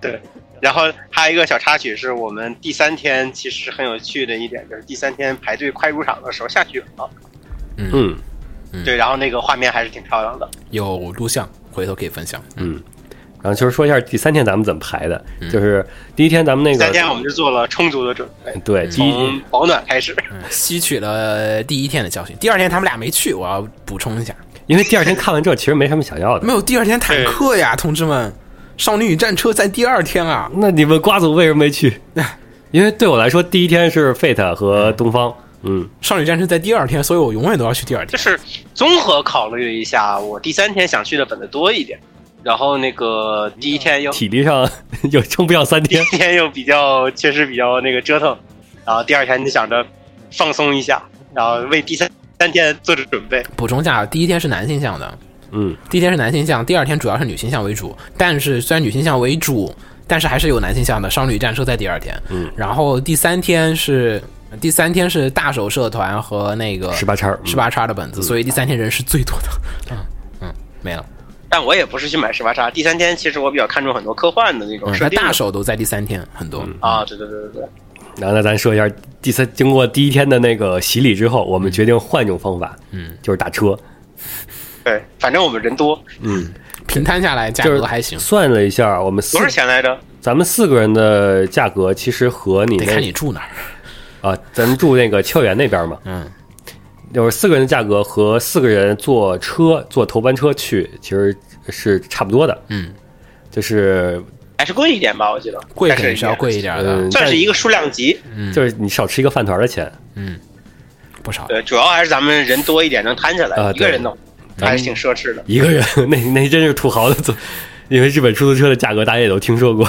S4: 对，然后还有一个小插曲是我们第三天其实很有趣的一点，就是第三天排队快入场的时候下雪了。
S3: 嗯
S4: 对，然后那个画面还是挺漂亮的。
S2: 有录像，回头可以分享。
S3: 嗯，然后就是说一下第三天咱们怎么排的，就是第一天咱们那
S4: 第三天我
S3: 个
S4: 们就做了充足的准备，
S3: 对第一
S4: 从保暖开始。
S2: 嗯，吸取了第一天的教训。第二天他们俩没去，我要补充一下，
S3: 因为第二天看完之后其实没什么想要的
S2: 没。有第二天坦克呀，同志们，少女与战车在第二天啊。
S3: 那你们瓜总为什么没去？因为对我来说，第一天是 Fate 和东方，嗯，
S2: 少女战车在第二天，所以我永远都要去第二
S4: 就
S2: 天。
S4: 是综合考虑一下，我第三天想去的本子多一点，然后那个第一天又
S3: 体力上 又撑不上三
S4: 第一
S3: 天，
S4: 天又比较确实比较那个折腾，然后第二天就想着放松一下，然后为第三三天做着准备。
S2: 补充一下，第一天是男性向的，
S3: 嗯，
S2: 第一天是男性向，第二天主要是女性向为主。但是虽然女性向为主，但是还是有男性向的。少女战车在第二天，
S3: 嗯，
S2: 然后第三天是呃第三天是大手社团和那个
S3: 十八叉，嗯
S2: 十八叉的本子，所以第三天人是最多的。嗯嗯，没了。
S4: 但我也不是去买十八叉，第三天其实我比较看重很多科幻的那种
S2: 嗯
S4: 设
S2: 那
S4: 定的、
S2: 大手都在第三天很
S3: 嗯
S2: 多。
S4: 啊，对对对对对，
S3: 然后那咱说一下第三，经过第一天的那个洗礼之后，我们决定换一种方法，
S2: 嗯，
S3: 就是打车，
S4: 对，反正我们人多，
S3: 嗯，
S2: 平摊下来价
S3: 就是
S2: 格还行，
S3: 算了一下，我们四
S4: 多少钱来着？
S3: 咱们四个人的价格其实和你
S2: 得看你
S3: 那
S2: 住哪儿。
S3: 啊，咱们住那个秋园那边嘛，
S2: 嗯，
S3: 就是四个人的价格和四个人坐车坐头班车去，其实是差不多的，
S2: 嗯，
S3: 就是
S4: 还是贵一点吧，我记得
S2: 贵
S4: 但
S2: 肯定是要贵一点的
S3: 嗯，，
S4: 算是一个数量级。
S2: 嗯
S3: 但就是你少吃一个饭团的钱，
S2: 不少。
S4: 对，主要还是咱们人多一点，能摊下来。
S3: 啊
S4: 一个人弄
S2: 嗯
S3: 对
S4: 还是挺奢侈的。
S3: 一个人 那那真是土豪的坐，因为日本出租车的价格大家也都听说过，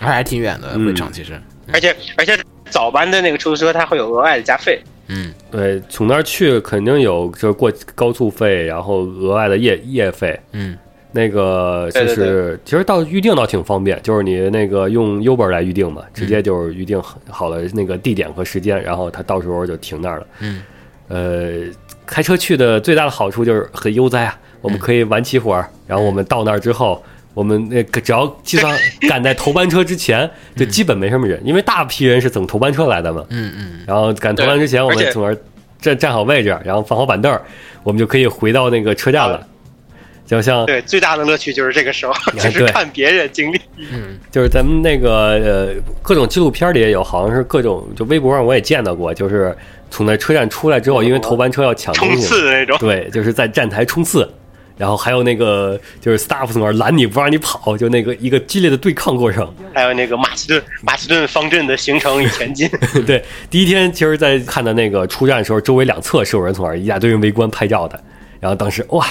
S2: 而且还挺远的
S3: 嗯
S2: 会场，其实，
S4: 而且而且早班的那个出租车它会有额外的加费，
S2: 嗯，
S3: 对，呃从那儿去肯定有就是过高速费，然后额外的夜夜费，
S2: 嗯，
S3: 那个就
S4: 对
S3: 是其实到预定倒挺方便，就是你那个用 Uber 来预定嘛，直接就是预定好了那个地点和时间，然后他到时候就停那儿了，
S2: 嗯，
S3: 呃，开车去的最大的好处就是很悠哉啊，
S2: 嗯
S3: 我们可以晚起会儿，然后我们到那儿之后。我们那个只要计算赶在头班车之前，就基本没什么人，因为大批人是等头班车来的嘛。
S2: 嗯嗯，
S3: 然后赶投篮之前，
S4: 对
S3: 我
S4: 而
S3: 们
S4: 且
S3: 从而站站好位置，然后放好板凳儿，我们就可以回到那个车站了。就像
S4: 对，最大的乐趣就是这个时候，
S2: 哎
S4: 就是
S3: 对
S4: 看别人经历。
S3: 就是咱们那个呃各种纪录片里也有，好像是各种就微博上我也见到过，就是从那车站出来之后，因为头班车要抢
S4: 冲
S3: 东西嘛，
S4: 刺的那种。
S3: 对，就是在站台冲刺，然后还有那个就是 staff 从那儿拦你不让你跑，就那个一个激烈的对抗过程。
S4: 还有那个马其顿马其顿方阵的形成与 前进，
S3: 对，第一天其实，在看到那个出站的时候，周围两侧是有人从那儿一大堆人围观拍照的，然后当时哇，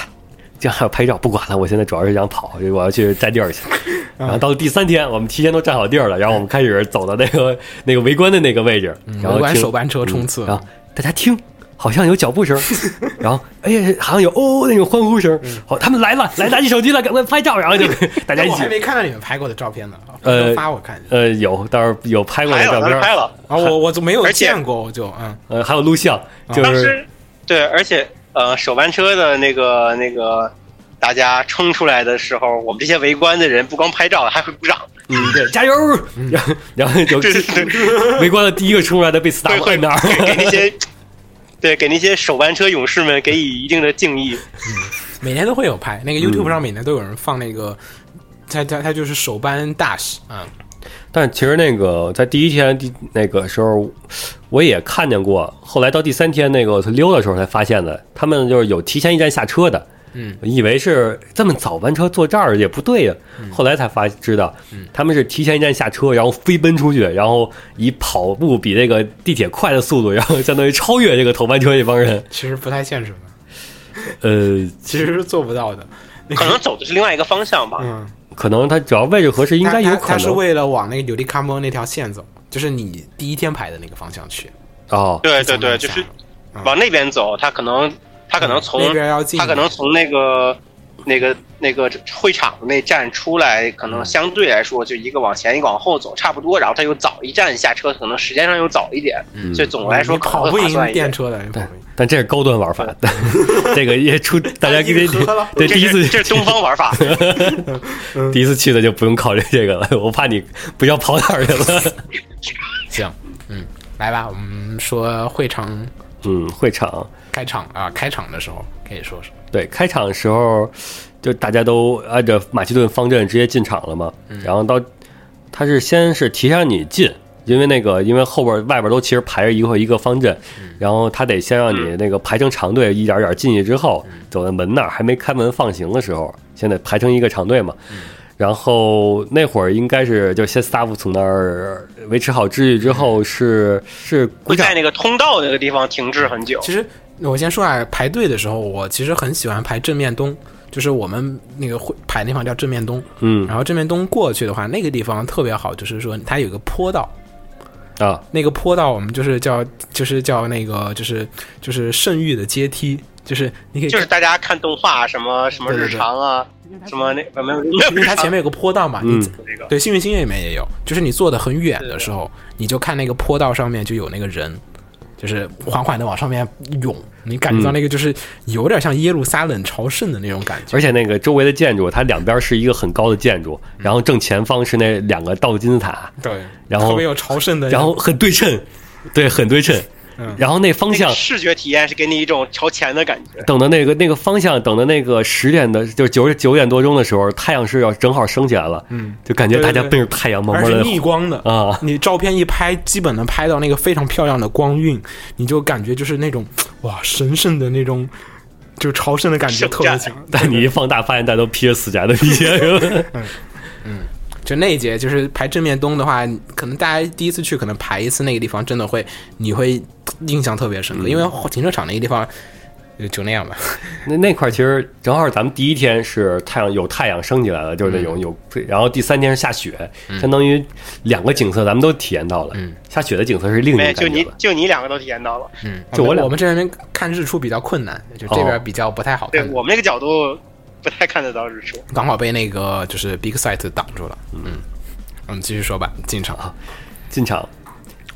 S3: 这样还有拍照，不管了，我现在主要是想跑，我要去占 地儿去。
S2: 啊
S3: 然后到了第三天，我们提前都占好地儿了，然后我们开始走到那个那个围观的那个位置，然
S2: 我
S3: 后
S2: 管
S3: 听
S2: 嗯手班车冲刺
S3: 然，后大家听，好像有脚步声， 然后哎呀，好像有哦那种欢呼声，好、他们来了，来拿起手机了，赶快拍照，然 后就大家
S2: 哎
S3: 一
S2: 嗯我
S3: 起
S2: 还，没看到你们拍过的照片呢，
S3: 呃
S2: 发我看一下。
S3: 呃，有，到时候有拍过
S4: 拍
S3: 的照
S4: 了，当时
S3: 片，
S4: 拍了。
S2: 啊，我我就没有
S4: 而且
S2: 见过，我就嗯，
S3: 呃，还有录像，
S2: 啊
S3: 就
S4: 当
S3: 是
S4: 时对，而且呃，手班车的那个那个大家冲出来的时候，我们这些围观的人不光拍照了，还会鼓掌，
S3: 嗯，对，加油，
S2: 嗯
S3: 然后然后有
S4: 对对对，
S3: 围观的第一个冲出来的被 staff 摁那儿，
S4: 给那些对给那些手班车勇士们给予一定的敬意。
S2: 每年都会有拍，
S4: 嗯
S2: 那个 YouTube 上每年都有人放那个，他他他就是手班大使啊，
S3: 但其实那个在第一天第那个时候，我也看见过。后来到第三天那个我溜的时候才发现的，他们就是有提前一站下车的。
S2: 嗯，
S3: 以为是这么早班车坐这儿也不对呀、
S2: 嗯
S3: 后来才发知道，他们是提前一站下车，然后飞奔出去，然后以跑步比那个地铁快的速度，然后相当于超越这个头班车这帮人。
S2: 其实不太现实嘛，
S3: 呃，
S2: 其实是做不到的。
S4: 可能走的是另外一个方向吧。
S5: 嗯，
S3: 可能他只要位置合适，应该有
S2: 他他
S3: 可
S2: 他是
S3: 能
S2: 为了往那个柳地卡莫那条线走，就是你第一天排的那个方向
S4: 嗯
S2: 去。
S3: 哦，
S4: 对对对，就是往那边走，他可能他可能从
S2: 嗯那边要进，
S4: 他可能从那个那个那个会场那站出来，可
S3: 嗯
S4: 能相对来说就一个往前一个往后走差不多，然后他又早一站下车，可能时间上又早一点，
S3: 嗯
S4: 所以总的来说
S2: 你
S4: 可能
S2: 跑
S4: 会
S2: 不
S4: 划
S2: 赢
S4: 算一
S2: 电
S4: 点。
S2: 车的，你跑不赢。
S3: 但这是高端玩法， 这个也出大家
S5: 已经合了
S3: 对
S4: 这
S3: 第一次
S4: 是这是东方玩 法，
S3: 第一次去的就不用考虑这个了，我怕你不知道跑哪儿去了。
S2: 行，嗯，来吧，我们说会场
S3: 嗯，会场
S2: 开场啊，开场的时候可以说说，
S3: 对开场的时候，就大家都按照马其顿方阵直接进场了嘛。然后到他是先是提前让你进，因为那个因为后边外边都其实排着一个一个方阵，然后他得先让你那个排成长队，一点点进去之后，走到门那儿还没开门放行的时候，先得排成一个长队嘛。然后那会儿应该是就先 staff 从那儿维持好秩序之后是是鼓
S4: 会
S3: 掌
S4: 在那个通道那个地方停滞很久
S2: 其。实我先说啊，排队的时候，我其实很喜欢排正面东，就是我们那个会排那方叫正面东，
S3: 嗯
S2: 然后正面东过去的话，那个地方特别好，就是说它有个坡道，
S3: 啊，
S2: 那个坡道我们就是叫就是叫那个就是就是圣域的阶梯，就是你可以
S4: 就是大家看动画什么什么
S2: 对
S4: 日
S2: 对对
S4: 常啊，什么那呃没有没有
S2: 因为它
S4: 日常
S2: 前面有个坡道嘛，你、
S3: 嗯
S4: 那个
S2: 对《幸运星愿》里面也有，就是你坐的很远的时候，你就看那个坡道上面就有那个人，就是缓缓的往上面涌，你感觉到那个就是有点像耶路撒冷朝圣的那种感觉。
S3: 而且那个周围的建筑，它两边是一个很高的建筑，然后正前方是那两个倒金字塔，
S2: 对，
S3: 然后
S2: 特别有朝圣的，
S3: 然后很对称，对，很对称。
S2: 嗯
S3: 然后那方
S4: 那
S3: 向
S4: 个，视觉体验是给你一种朝前的感觉。
S3: 等到那个那个方向，等到那个十点的，就是九九点多钟的时候，太阳是要正好升起来了，嗯，就感觉大家
S2: 对对对
S3: 奔着太阳慢
S2: 而
S3: 慢
S2: 且
S3: 的
S2: 逆光的
S3: 啊
S2: 你照片一拍，基本能拍到那个非常漂亮的光晕，你就感觉就是那种哇神圣的那种，就朝圣的感觉
S4: 圣
S2: 特别
S4: 战
S2: 强。
S3: 但你一放大，发现大家都披着死宅的皮 鞋，是吧
S2: 就那一节，就是排正面东的话，可能大家第一次去，可能排一次那个地方，真的会你会印象特别深刻，因
S3: 嗯
S2: 为停车场那个地方就就那样吧。
S3: 那那块儿其实正好咱们第一天是太阳有太阳升起来了，就是那种有，然后第三天是下雪，相当于两个景色咱们都体验到了。下雪的景色是另一个
S4: 没，
S3: 感
S4: 哎就
S3: 觉
S4: 你
S3: 了。
S4: 就你两个都体验到了。
S3: 嗯就我俩哦
S2: 我们这边看日出比较困难，就这边比较不太好
S4: 对
S2: 看，
S4: 我们那个角度不太看得到日出。
S2: 刚好被那个就是 big site 挡住了。嗯，我们继续说吧，进场。啊
S3: 进场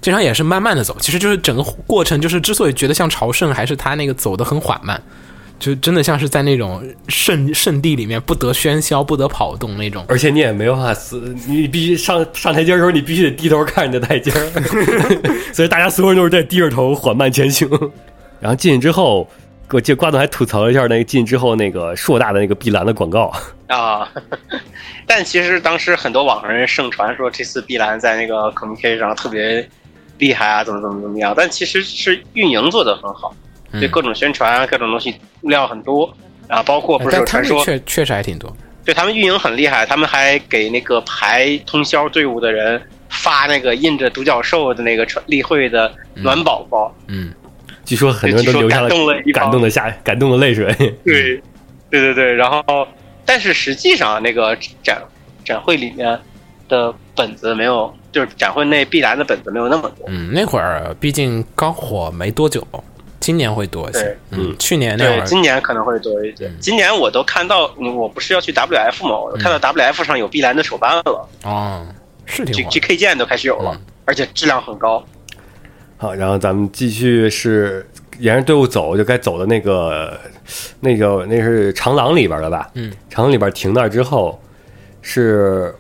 S2: 经常也是慢慢的走，其实就是整个过程，就是之所以觉得像朝圣，还是他那个走的很缓慢，就真的像是在那种圣圣地里面不得喧嚣、不得跑动那种。
S3: 而且你也没办法死，你必须上上台阶的时候，你必须得低头看你的台阶儿，所以大家所有人都是在低着头缓慢前行。然后进去之后，我记得瓜总还吐槽了一下那个进去之后那个硕大的那个碧蓝的广告，
S4: 啊， 但其实当时很多网上人盛传说这次碧蓝在那个 communication 上特别厉害啊，怎么怎么怎么
S2: 嗯
S3: 嗯
S4: 样，但其实是运营做得很好，对各种宣传啊，各种东西物料很多，啊，包括
S3: 哎
S4: 不是有
S2: 但他
S4: 传
S2: 们
S4: 说，
S2: 确确实还挺多，
S4: 对他们运营很厉害，他们还给那个排通宵队伍的人发那个印着独角兽的那个传例会的暖宝宝，
S2: 嗯，
S3: 据说很多人都流下了
S4: 据说感动了一帮
S3: 感动的下感动的泪水。
S4: 对，对对对，然后但是实际上那个展展会里面的本子没有，就是展会内必然的本子没有那么多。
S2: 嗯，那会儿毕竟刚火没多久，今年会多一些
S4: 对。
S2: 嗯，去年那会
S4: 对，
S2: 儿，
S4: 今年可能会多一点。
S2: 嗯
S4: 今年我都看到，嗯我不是要去 WF 吗？我看到 WF 上有碧蓝的手办了、
S2: 哦，是挺
S4: g
S2: 火的。
S4: GK 键都开始有了、
S2: 嗯
S4: 而且质量很高。
S3: 好，然后咱们继续是沿着队伍走，就该走的那个那个那是长廊里边了吧？
S2: 嗯，
S3: 长廊里边停那儿之后是。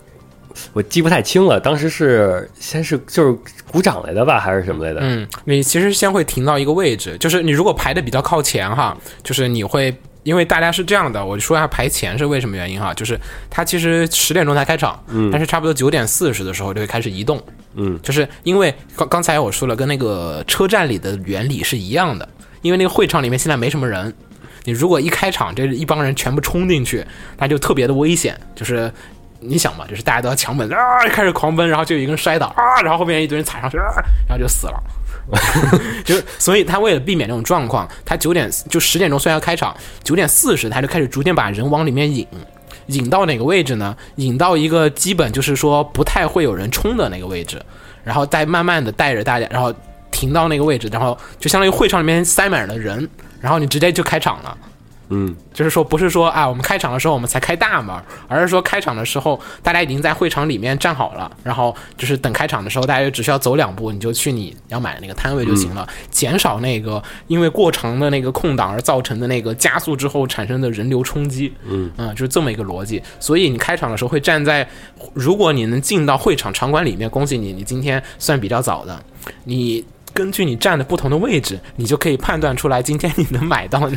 S3: 我记不太清了，当时是先是就是鼓掌来的吧，还是什么来的？
S2: 嗯，你其实先会停到一个位置，就是你如果排的比较靠前哈，就是你会。因为大家是这样的，我说一下排前是为什么原因哈，就是它其实十点钟才开场，嗯、但是差不多九点四十的时候就会开始移动，
S3: 嗯，
S2: 就是因为刚刚才我说了，跟那个车站里的原理是一样的，因为那个会场里面现在没什么人，你如果一开场这一帮人全部冲进去，那就特别的危险，就是。你想嘛，就是大家都要抢本啊，开始狂奔，然后就有一个人摔倒啊，然后后面一堆人踩上去啊，然后就死了。 就是，所以他为了避免这种状况，他九点就十点钟虽然要开场，九点四十他就开始逐渐把人往里面引，引到哪个位置呢？引到一个基本就是说不太会有人冲的那个位置，然后再慢慢的带着大家，然后停到那个位置，然后就相当于会场里面塞满了人，然后你直接就开场了。
S3: 嗯，
S2: 就是说不是说啊，我们开场的时候我们才开大门，而是说开场的时候大家已经在会场里面站好了，然后就是等开场的时候，大家就只需要走两步，你就去你要买的那个摊位就行了，减少那个因为过长的那个空档而造成的那个加速之后产生的人流冲击。嗯就是这么一个逻辑。所以你开场的时候会站在，如果你能进到会场场馆里面，恭喜你，你今天算比较早的。你根据你站的不同的位置，你就可以判断出来今天你能买到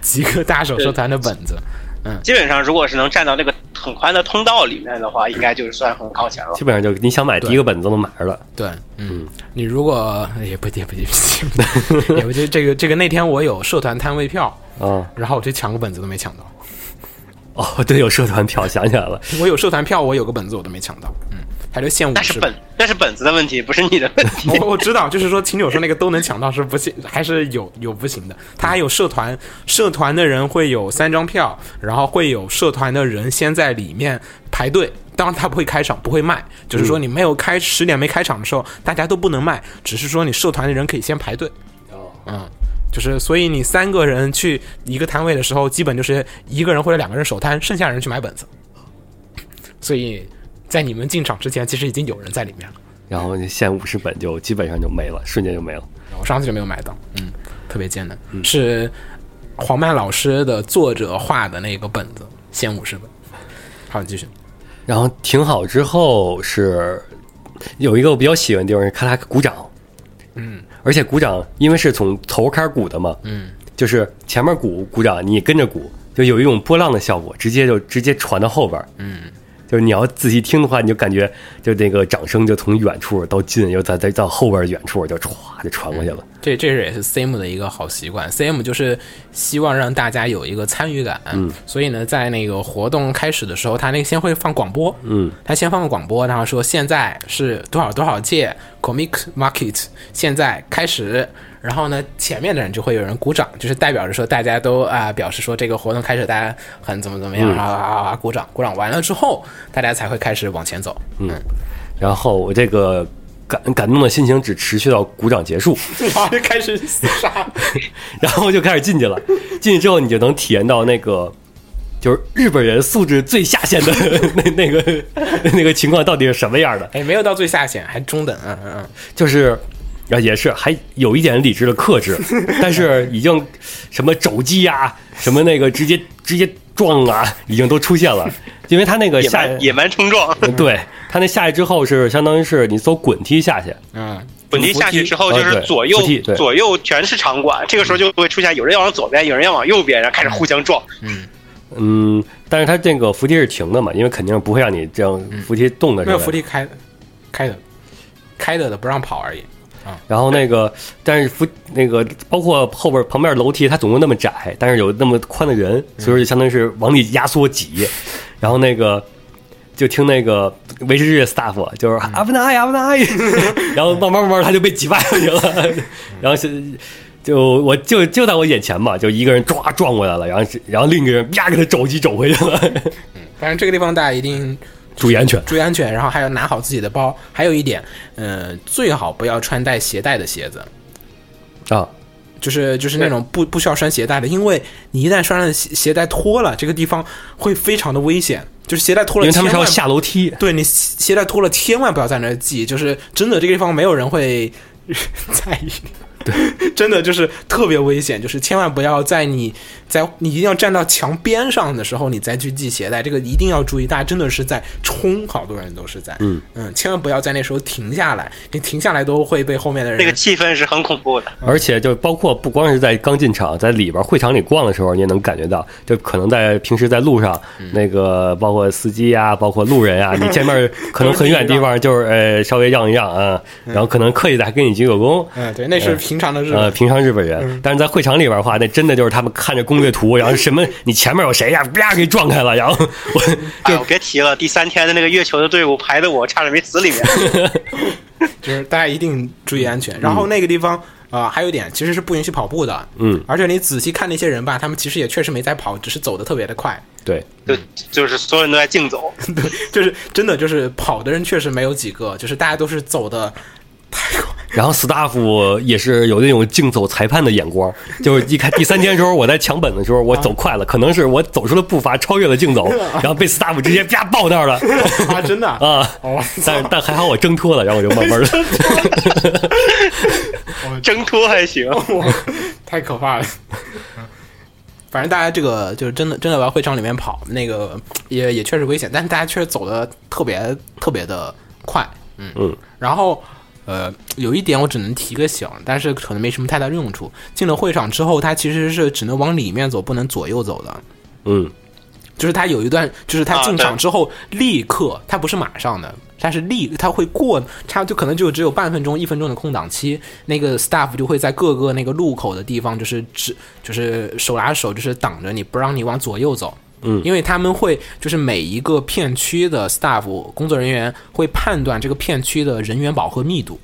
S2: 几个大手社团的本子。
S4: 基本上，如果是能站到那个很宽的通道里面的话，应该就是算很靠前了。
S3: 基本上就你想买第一个本子都能买着了。
S2: 对，嗯，你如果也不也不也不 也不这这个这个那天我有社团摊位票，
S3: 啊、
S2: 然后我去抢个本子都没抢到。
S3: 哦，对，有社团票，想起来了。
S2: 我有社团票，我有个本子我都没抢到，嗯，还就限五
S4: 那
S2: 十
S4: 是。本那是本子的问题，不是你的问 题。
S2: 我我知道，就是说秦九说那个都能抢到是不行，还是有有不行的。他还有社团，社团的人会有三张票，然后会有社团的人先在里面排队。当然他不会开场，不会卖，就是说你没有开十点没开场的时候，大家都不能卖，只是说你社团的人可以先排队。嗯，就是所以你三个人去一个摊位的时候，基本就是一个人或者两个人守摊，剩下的人去买本子。所以在你们进场之前，其实已经有人在里面了。
S3: 然后你限五十本就基本上就没了，瞬间就没了。
S2: 我上次就没有买到，嗯，特别艰难，是黄曼老师的作者画的那个本子，限五十本。好，你继续。
S3: 然后停好之后是有一个我比较喜欢的地方是咔啦鼓掌，嗯，而且鼓掌因为是从头开始鼓的嘛，嗯，就是前面鼓鼓掌，你跟着鼓，就有一种波浪的效果，直接就直接传到后边，嗯，就是你要仔细听的话，你就感觉就那个掌声就从远处到近，又再再到后边远处就歘就传过去了，
S2: 这这是也是 CM 的一个好习惯，CM 就是希望让大家有一个参与感，嗯，所以呢，在那个活动开始的时候，他那个先会放广播，
S3: 嗯，
S2: 他先放个广播，然后说现在是多少多少届 Comic Market，现在开始。然后呢，前面的人就会有人鼓掌，就是代表着说大家都啊、表示说这个活动开始，大家很怎么怎么样，啊啊啊鼓掌，鼓掌完了之后，大家才会开始往前走。 嗯，
S3: 然后我这个感感动的心情只持续到鼓掌结束。
S2: 然后就开始厮杀。
S3: 然后就开始进去了。进去之后，你就能体验到那个就是日本人素质最下限的 那那个那个情况到底是什么样的。
S2: 哎，没有到最下限，还中等，嗯嗯嗯。
S3: 就是啊，也是还有一点理智的克制，但是已经什么肘击啊，什么那个直接直接撞啊，已经都出现了。因为他那个
S4: 野
S3: 下嗯
S4: 蛮野蛮冲撞，
S3: 对他那下去之后是相当于是你走滚梯下去，
S2: 嗯
S4: 本地下去之后
S3: 扶梯
S4: 就是
S3: 啊对
S4: 左右
S3: 扶梯对
S4: 左右全是场馆，这个时候就会出现有人要往左边，有人要往右边，然后开始互相撞。
S3: 嗯，但是他这个扶梯是停的嘛，因为肯定不会让你这样扶梯动的。
S2: 没有福利开开的，开的的不让跑而已。
S3: 然后那个，但是服那个包括后边旁边楼梯，它总共那么窄，但是有那么宽的人，所以说就相当于是往里压缩挤。然后那个就听那个维持日的 staff 就是阿布纳伊阿布纳伊，然后慢慢慢慢他就被挤败过去了，然后是。就我就就在我眼前嘛，就一个人抓撞过来了，然后是然后另一个人啪给他肘击肘回去了，
S2: 反正这个地方大家一定
S3: 注意安全。
S2: 注意安全，然后还要拿好自己的包。还有一点，呃，最好不要穿带鞋带的鞋子，
S3: 啊，
S2: 就是就是那种不不需要拴鞋带的，因为你一旦拴上鞋鞋带脱了，这个地方会非常的危险。就是鞋带脱
S3: 因
S2: 了，
S3: 为他们是
S2: 千
S3: 要
S2: 万
S3: 下楼梯，
S2: 对你鞋鞋带脱了，千万不要在那儿系，就是真的这个地方没有人会 在意。对，真的就是特别危险，就是千万不要在你在你一定要站到墙边上的时候，你再去系鞋带，这个一定要注意。大家真的是在冲，好多人都是在，嗯千万不要在那时候停下来，你停下来都会被后面的人。
S4: 那个
S3: 嗯
S4: 气氛是很恐怖
S2: 嗯
S4: 的。
S3: 而且就包括不光是在刚进场，在里边会场里逛的时候，你也能感觉到，就可能在平时在路上，
S2: 嗯
S3: 那个包括司机啊，包括路 人啊，你见面可能很远地方就是呃稍微让一让啊，然后可能客气的还跟你鞠个躬。
S2: 嗯，对，那是平常的日嗯
S3: 呃，
S2: 本。
S3: 平常日本人，但是在会场里边的话，那真的就是他们看着攻略图，然后什么你前面有谁呀、啪给撞开了，然后我
S4: 哎呦，别提了，第三天的那个月球的队伍排的我差点没死里 面。
S2: 就是大家一定注意安全。然后那个地方啊、呃还有一点其实是不允许跑步的，
S3: 嗯，
S2: 而且你仔细看那些人吧，他们其实也确实没在跑，只是走的特别的快。
S3: 对，
S4: 就就是所有人都在竞 走，
S2: 对，就是真的就是跑的人确实没有几个，就是大家都是走的太快。
S3: 然后 staff 也是有那种竞走裁判的眼光，就是一看第三天的时候，我在抢本的时候，我走快了，可能是我走出了步伐，超越了竞走，然后被 staff 直接啪爆那儿了
S5: 啊，真的 啊，
S3: 啊！
S5: 哦，
S3: 但但还好我挣脱了，然后我就慢慢的，
S4: 挣脱还 行。
S5: 我太可怕了。
S2: 反正大家这个就是真的真的往会场里面跑，那个也也确实危险，但是大家确实走的特别特别的快，嗯
S3: 嗯。
S2: 然后呃，有一点我只能提个醒，但是可能没什么太大用处。进了会场之后，它其实是只能往里面走，不能左右走的。
S3: 嗯，
S2: 就是他有一段，就是他
S4: 啊
S2: 进
S4: 对
S2: 场之后立刻，他不是马上的，他是立，他会过，他就可能就只有半分钟、一分钟的空档期，那个 staff 就会在各个那个路口的地方，就是只就是手拉手，就是挡着你，不让你往左右走。
S3: 嗯
S2: 因为他们会就是每一个片区的 staff 工作人员会判断这个片区的人员饱和密度。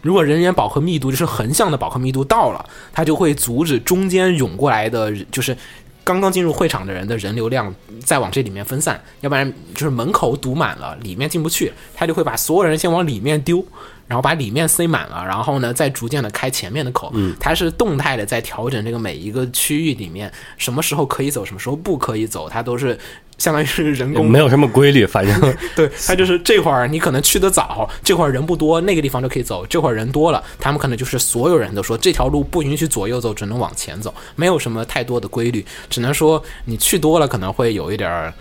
S2: 如果人员饱和密度就是横向的饱和密度到了，它就会阻止中间涌过来的人，就是刚刚进入会场的人的人流量再往这里面分散，要不然就是门口堵满了，里面进不去，它就会把所有人先往里面丢，然后把里面塞满了，然后呢再逐渐的开前面的口。它是动态的在调整这个每一个区域里面什么时候可以走，什么时候不可以走，它都是相当于是人工
S3: 没有什么规律，反正
S2: 对，他就是这会儿你可能去的早，这会儿人不多，那个地方就可以走；这会儿人多了，他们可能就是所有人都说这条路不允许左右走，只能往前走，没有什么太多的规律，只能说你去多了可能会有一点儿。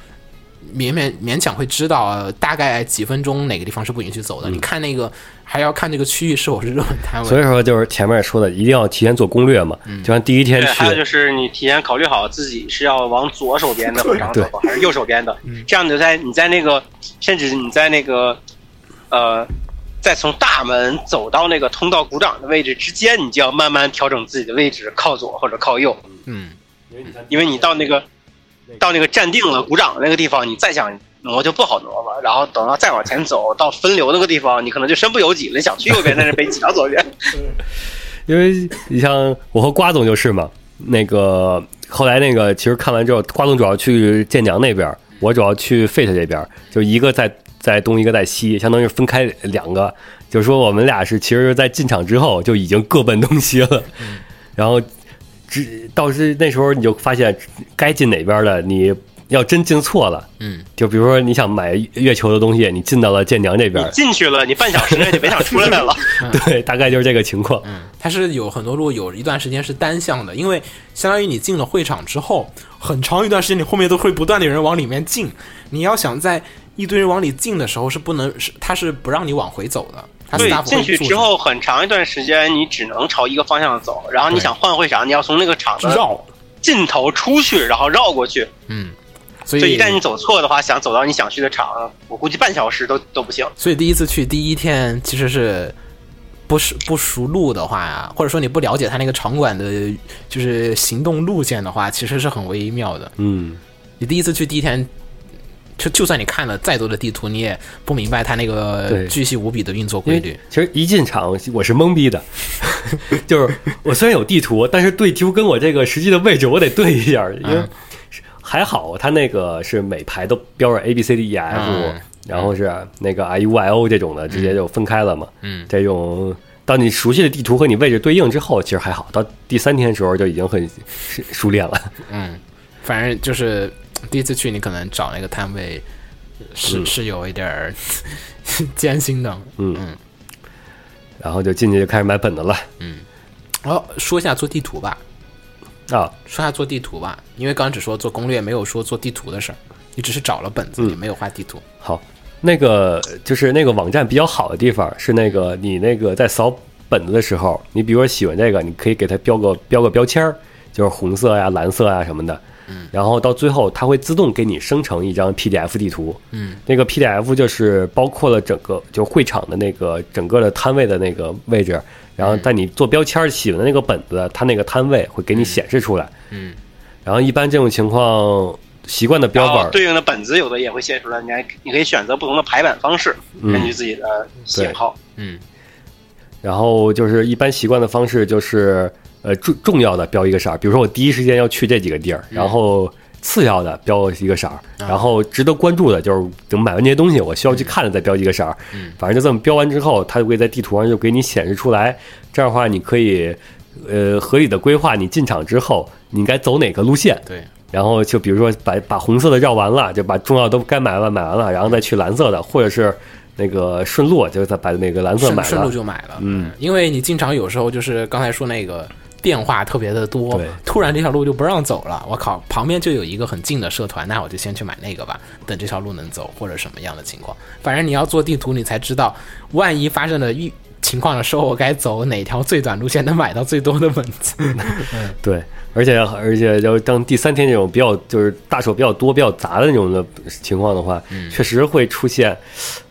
S2: 勉勉勉强会知道呃大概几分钟哪个地方是不允许走的。你看那个，还要看这个区域是否是热门摊位。
S3: 嗯所以说就是前面说的，一定要提前做攻略嘛，就像第一天
S4: 对，还有
S3: 去，
S4: 就是你提前考虑好自己是要往左手边的会场走
S3: 对
S4: 还是右手边的，这样你就在你在那个，甚至你在那个，呃，再从大门走到那个通道鼓掌的位置之间，你就要慢慢调整自己的位置，靠左或者靠右，
S2: 嗯，
S4: 因为你到那个到那个站定了鼓掌的那个地方，你再想挪就不好挪了。然后等到再往前走到分流那个地方，你可能就身不由己了，想去右边，但是被挤到左 边。
S3: 因为你像我和瓜总就是嘛，那个后来那个其实看完之后，瓜总主要去建娘那边，我主要去 Fate 这边，就一个在在东，一个在西，相当于是分开两个。就是说我们俩是其实，在进场之后就已经各奔东西了， 然后只到是那时候你就发现该进哪边的，你要真进错了，
S2: 嗯，
S3: 就比如说你想买月球的东西，你进到了建娘这边
S4: 你，进去了，你半小时内就别想出来了。
S3: 对，大概就是这个情况。
S2: 它是有很多路有一段时间是单向的，因为相当于你进了会场之后，很长一段时间你后面都会不断的有人往里面进，你要想在一堆人往里进的时候是不能是它是不让你往回走的，它
S4: 对
S2: staff，
S4: 进去
S2: 会阻止
S4: 之后很长一段时间，你只能朝一个方向走，然后你
S2: 对
S4: 想换会场，你要从那个场的
S5: 绕
S4: 尽头出去，然后绕过去。
S2: 嗯，所
S4: 就一
S2: 以
S4: 旦你走错的话，想走到你想去的场，我估计半小时都都不行。
S2: 所以第一次去第一天其实是不是不熟路的话呀，或者说你不了解他那个场馆的，就是行动路线的话，其实是很微妙的。
S3: 嗯，
S2: 你第一次去第一天，就就算你看了再多的地图，你也不明白它那个
S3: 对
S2: 巨细无比的运作
S3: 因
S2: 规律
S3: 为。其实一进场我是懵逼的， 就是我虽然有地图，但是对图跟我这个实际的位置我得对一下，因
S2: 嗯
S3: 为还好它那个是每排都标着 A B C D E F，、
S2: 嗯
S3: 然后是那个 I U I O 这种的直接就分开了嘛。
S2: 嗯
S3: 这种当你熟悉的地图和你位置对应之后，其实还好，到第三天的时候就已经很熟熟练了。
S2: 嗯，反正就是第一次去，你可能找那个摊位
S3: 嗯
S2: 是、是有一点儿艰辛的。
S3: 然后就进去就开始买本子了
S2: 哦，说一下做地图吧，
S3: 啊，
S2: 说一下做地图吧，因为刚刚只说做攻略，没有说做地图的事儿。你只是找了本子，
S3: 嗯
S2: 你没有画地图。
S3: 好，那个就是那个网站比较好的地方是那个你那个在扫本子的时候，你比如说喜欢这个，你可以给它标个标个标签儿，就是红色呀、蓝色呀什么的。嗯，然后到最后，它会自动给你生成一张 PDF 地图。
S2: 嗯，
S3: 那个 PDF 就是包括了整个就会场的那个整个的摊位的那个位置，然后在你做标签儿喜欢的那个本子，它那个摊位会给你显示出来。
S2: 嗯，
S3: 然后一般这种情况习惯的标
S4: 然
S3: 本
S4: 后
S3: 儿，
S4: 哦对应的本子有的也会显示出来，你还你可以选择不同的排版方式，
S3: 嗯
S4: 根据自己的喜好。
S2: 嗯
S3: 然后就是一般习惯的方式就是，呃，重重要的标一个色儿，比如说我第一时间要去这几个地儿，
S2: 嗯
S3: 然后次要的标一个色儿，
S2: 啊
S3: 然后值得关注的就是等买完这些东西，我需要去看了再标一个色儿。
S2: 嗯
S3: 反正就这么标完之后，它就会在地图上就给你显示出来。这样的话，你可以呃合理的规划你进场之后你该走哪个路线。
S2: 对，
S3: 然后就比如说把把红色的绕完了，就把重要都该买完买完了，然后再去蓝色的，或者是那个顺路，就再把那个蓝色买
S2: 顺顺
S3: 了。
S2: 路就买了。嗯，因为你经常有时候就是刚才说那个变化特别的多
S3: 对，
S2: 突然这条路就不让走了，我靠，旁边就有一个很近的社团，那我就先去买那个吧，等这条路能走或者什么样的情况。反正你要做地图，你才知道，万一发生了遇情况的时候，我该走哪条最短路线能买到最多的文 字。
S3: 对，而且而且就当第三天这种比较就是大手比较多、比较杂的那种的情况的话，
S2: 嗯
S3: 确实会出现，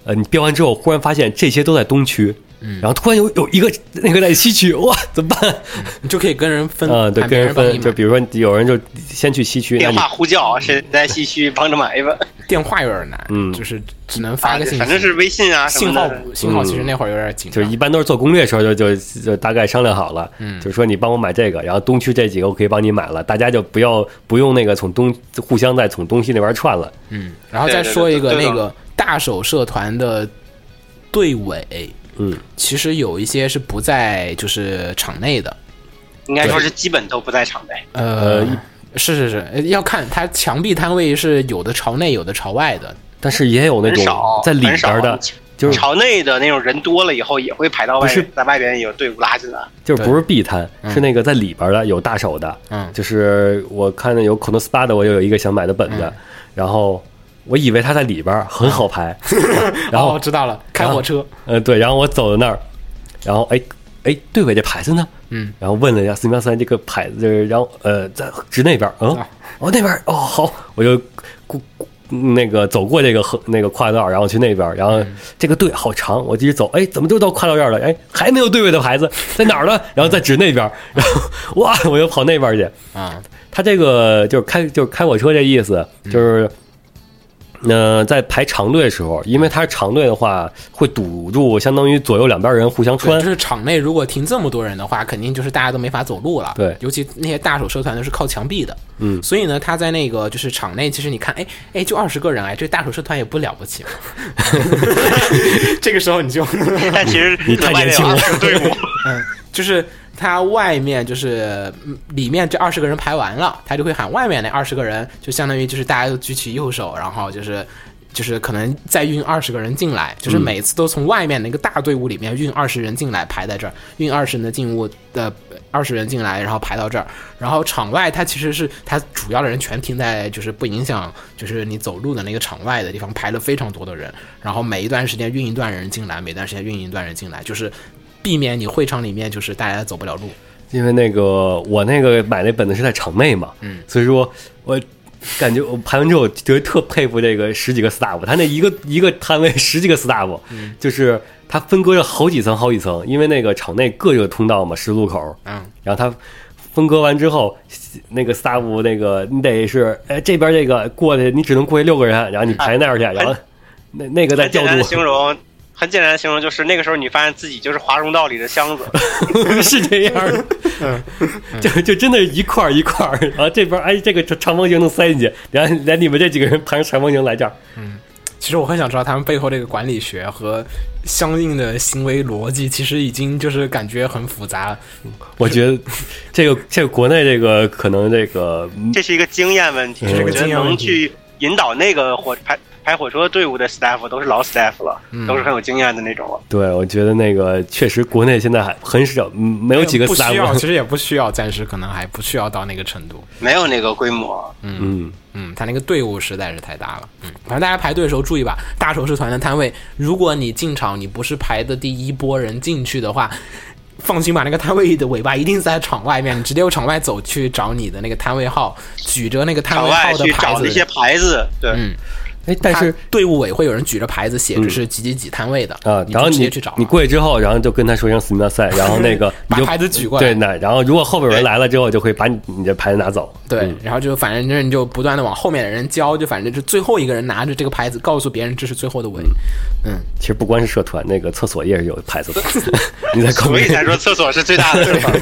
S3: 呃，你标完之后忽然发现这些都在东区，
S2: 嗯
S3: 然后突然有有一个那个在西区，哇，怎么办？
S2: 你 就可以跟人分
S3: 啊、对，
S2: 喊嗯别
S3: 跟人
S2: 帮你
S3: 分，
S2: 买
S3: 就比如说有人就先去西区，那
S4: 电
S3: 你
S4: 话呼叫，啊谁在西区帮着买 一本？
S2: 电话有点难，
S3: 嗯
S2: 就是只能发
S4: 啊
S2: 个信息，
S4: 反正是微信啊什
S2: 信
S4: 么
S2: 号
S4: 的。
S2: 信号其
S3: 嗯
S2: 实那会儿有点紧
S3: 就
S2: 张，
S3: 是一般都是做攻略的时候就就就大概商量好了，嗯，就说你帮我买这个，然后东区这几个我可以帮你买了，大家就不要不用那个从东互相再从东西那边串了，
S2: 嗯，然后再说一个
S4: 对对对
S2: 那
S4: 对
S2: 个大手社团的队尾，
S3: 嗯，
S2: 其实有一些是不在就是场内的，
S4: 应该说是基本都不在场内。
S2: 呃，是是是，呃要看它墙壁摊位是有的朝内，有的朝外的，
S3: 但是也有那
S4: 很
S3: 种
S4: 少
S3: 在里
S4: 很少
S3: 边的，就是
S4: 朝内的那种人多了以后，也会排到外
S3: 不是
S4: 面，在外边有队伍拉进来。
S3: 就是不是壁摊，
S2: 嗯
S3: 是那个在里边的有大手的，
S2: 嗯
S3: 就是我看到有 c o n o s p a 的，我有一个想买的本
S2: 嗯
S3: 子，然后我以为他在里边很 好排，然
S2: 哦
S3: 后
S2: 我知道了，开火车，
S3: 呃对，然后我走到那儿，然后哎哎对尾这牌子呢？
S2: 嗯，
S3: 然后问了一下四零三这个牌子，就是然后呃在指那边，嗯，哦那边哦好，我就过那个走过这个横那个跨道，然后去那边，然后这个队好长，我继续走，哎，怎么就到跨道这儿了？哎，还没有队尾的牌子在哪儿呢？然后再指那边，然后哇，我又跑那边去。
S2: 啊，
S3: 他这个就是开就是开火车这意思，
S2: 嗯
S3: 就是，呃，在排长队的时候，因为他是长队的话，会堵住相当于左右两边人互相
S2: 对
S3: 穿
S2: 就，是场内如果停这么多人的话，肯定就是大家都没法走路了，
S3: 对
S2: 尤其那些大手社团都是靠墙壁的，
S3: 嗯
S2: 所以呢，他在那个就是场内，其实你看，哎哎，就二十个人，哎，这大手社团也不了不起 嘛，
S5: 这个时候你就
S4: 但其实
S3: 你太
S4: 外
S3: 年
S4: 面
S3: 轻
S4: 有
S3: 了
S4: 二十个队 伍，
S2: 嗯就是他外面就是嗯里面这二十个人排完了，他就会喊外面那二十个人，就相当于就是大家都举起右手，然后就是。就是可能再运二十个人进来，就是每次都从外面那个大队伍里面运二十人进来，排在这儿，运二十人的进屋的二十人进来，然后排到这儿。然后场外它其实是它主要的人全停在就是不影响就是你走路的那个场外的地方，排了非常多的人。然后每一段时间运一段人进来，每段时间运一段人进来，就是避免你会场里面就是大家走不了路。
S3: 因为那个我那个买那本子是在场内嘛，
S2: 嗯
S3: 所以说我感觉我排完之后，觉得特佩服这个十几个 staff，他那一个一个摊位十几个 staff，、就是
S2: 嗯
S3: 他分割了好几层好几层，因为那个场内各有通道嘛，十路口，
S2: 嗯，
S3: 然后他分割完之后，那个 staff 那个你得是哎这边这个过去，你只能过去六个人，然后你排那儿去，然后
S2: 哎
S3: 那那个再
S4: 很
S3: 调
S4: 简单的形
S3: 度，
S4: 容，很简单的形容就是那个时候你发现自己就是华容道里的箱子，
S3: 是这样的，嗯就就真的是一块儿一块儿，然后这边哎这个长长方形能塞进去，然后连你们这几个人排成长方形来这儿。
S2: 其实我很想知道他们背后这个管理学和相应的行为逻辑，其实已经就是感觉很复杂。
S3: 我觉得这个这个国内这个可能这个嗯
S4: 这是一个经验问题。
S3: 嗯
S4: 我觉
S2: 经
S4: 得
S2: 验问
S4: 能
S2: 题
S4: 去引导那个火排排火车队伍的 staff 都是老 staff 了，都是很有经验的那种了。
S3: 对，我觉得那个确实国内现在还很少，嗯没有几个
S2: 不
S3: 四大
S2: 需
S4: 啊
S2: 要，
S3: 公
S2: 其实也不需要，暂时可能还不需要到那个程度。
S4: 没有那个规模，
S3: 嗯，
S2: 嗯，他那个队伍实在是太大了。嗯，反正大家排队的时候注意吧，大仇视团的摊位，如果你进场你不是排的第一波人进去的话，放心吧，那个摊位的尾巴一定是在场外面，你直接由场外走去找你的那个摊位号，举着那个摊
S4: 场
S2: 位
S4: 外
S2: 号的
S4: 去
S2: 牌
S4: 找
S2: 子
S4: 那
S2: 的
S4: 些
S2: 人。
S4: 牌子，对，
S2: 嗯
S3: 哎，但是
S2: 他队伍尾会有人举着牌子写着是几几几摊位的
S3: 嗯啊，
S2: 你
S3: 然后
S2: 就直
S3: 你
S2: 接去找嘛。
S3: 你过去之后，然后就跟他说一声“死命大赛”，然后那 个你
S2: 把
S3: 就
S2: 牌子举过来哎
S3: 对，那然后如果后边有人来了之后，就会把你你的牌子拿走。
S2: 对
S3: 嗯，
S2: 然后就反正就是你就不断的往后面的人教，就反正就最后一个人拿着这个牌子告诉别人这是最后的尾。嗯，
S3: 其实不光是社团，那个厕所也是有 牌子的。你在考
S4: 所
S3: 虑
S4: 以才说厕所是最 大的地方。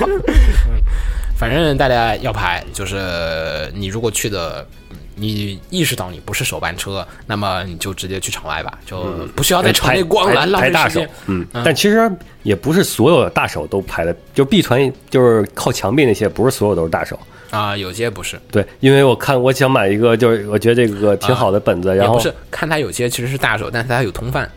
S2: 反正大家要排，就是你如果去的，你意识到你不是首班车，那么你就直接去场外吧，就
S3: 嗯
S2: 不需要
S3: 哎
S2: 在场内逛了，
S3: 排
S2: 浪
S3: 排
S2: 费
S3: 大
S2: 时
S3: 手
S2: 间。，
S3: 嗯，但其实也不是所有大手都排的，就 B 团就是靠墙壁那些，不是所有都是大手。
S2: 啊，有些不是，
S3: 对，因为我看我想买一个，就是我觉得这个挺好的本子，
S2: 啊也
S3: 然后
S2: 不是看他有些其实是大手，但是他有通贩，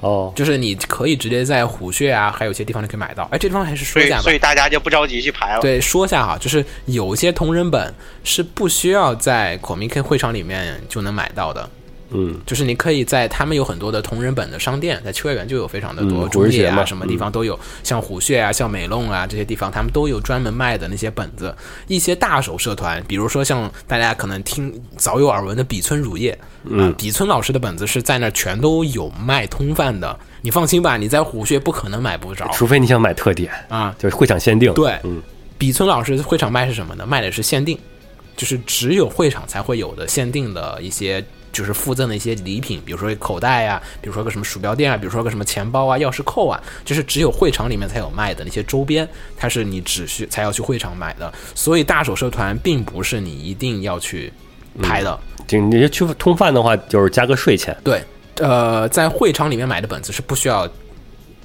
S3: 哦，
S2: 就是你可以直接在虎穴啊，还有些地方你可以买到。哎，这地方还是说
S4: 所
S2: 一
S4: 以
S2: 下吧，
S4: 所以大家就不着急去排了。
S2: 对，说一下哈，就是有些同人本是不需要在 Comic 会场里面就能买到的，
S3: 嗯，
S2: 就是你可以在他们有很多的同人本的商店，在秋叶原就有非常的多，
S3: 嗯
S2: 中野
S3: 虎穴嘛
S2: 啊什么地方都有，像虎穴啊、像美弄啊这些地方，他们都有专门卖的那些本子。一些大手社团，比如说像大家可能听早有耳闻的比村乳业，嗯、比村老师的本子是在那儿全都有卖通贩的，你放心吧，你在虎穴不可能买不着
S3: 除非你想买特点，
S2: 啊。
S3: 就是会场限定。
S2: 对，
S3: 嗯
S2: 比村老师会场卖是什么呢？卖的是限定，就是只有会场才会有的限定的一些。就是附赠的一些礼品，比如说口袋啊，比如说个什么鼠标垫啊，比如说个什么钱包啊、钥匙扣啊，就是只有会场里面才有卖的那些周边，它是你只需才要去会场买的。所以大手社团并不是你一定要去
S3: 嗯
S2: 排的，
S3: 就你就去通贩的话，就是加个税钱。
S2: 对，呃，在会场里面买的本子是不需要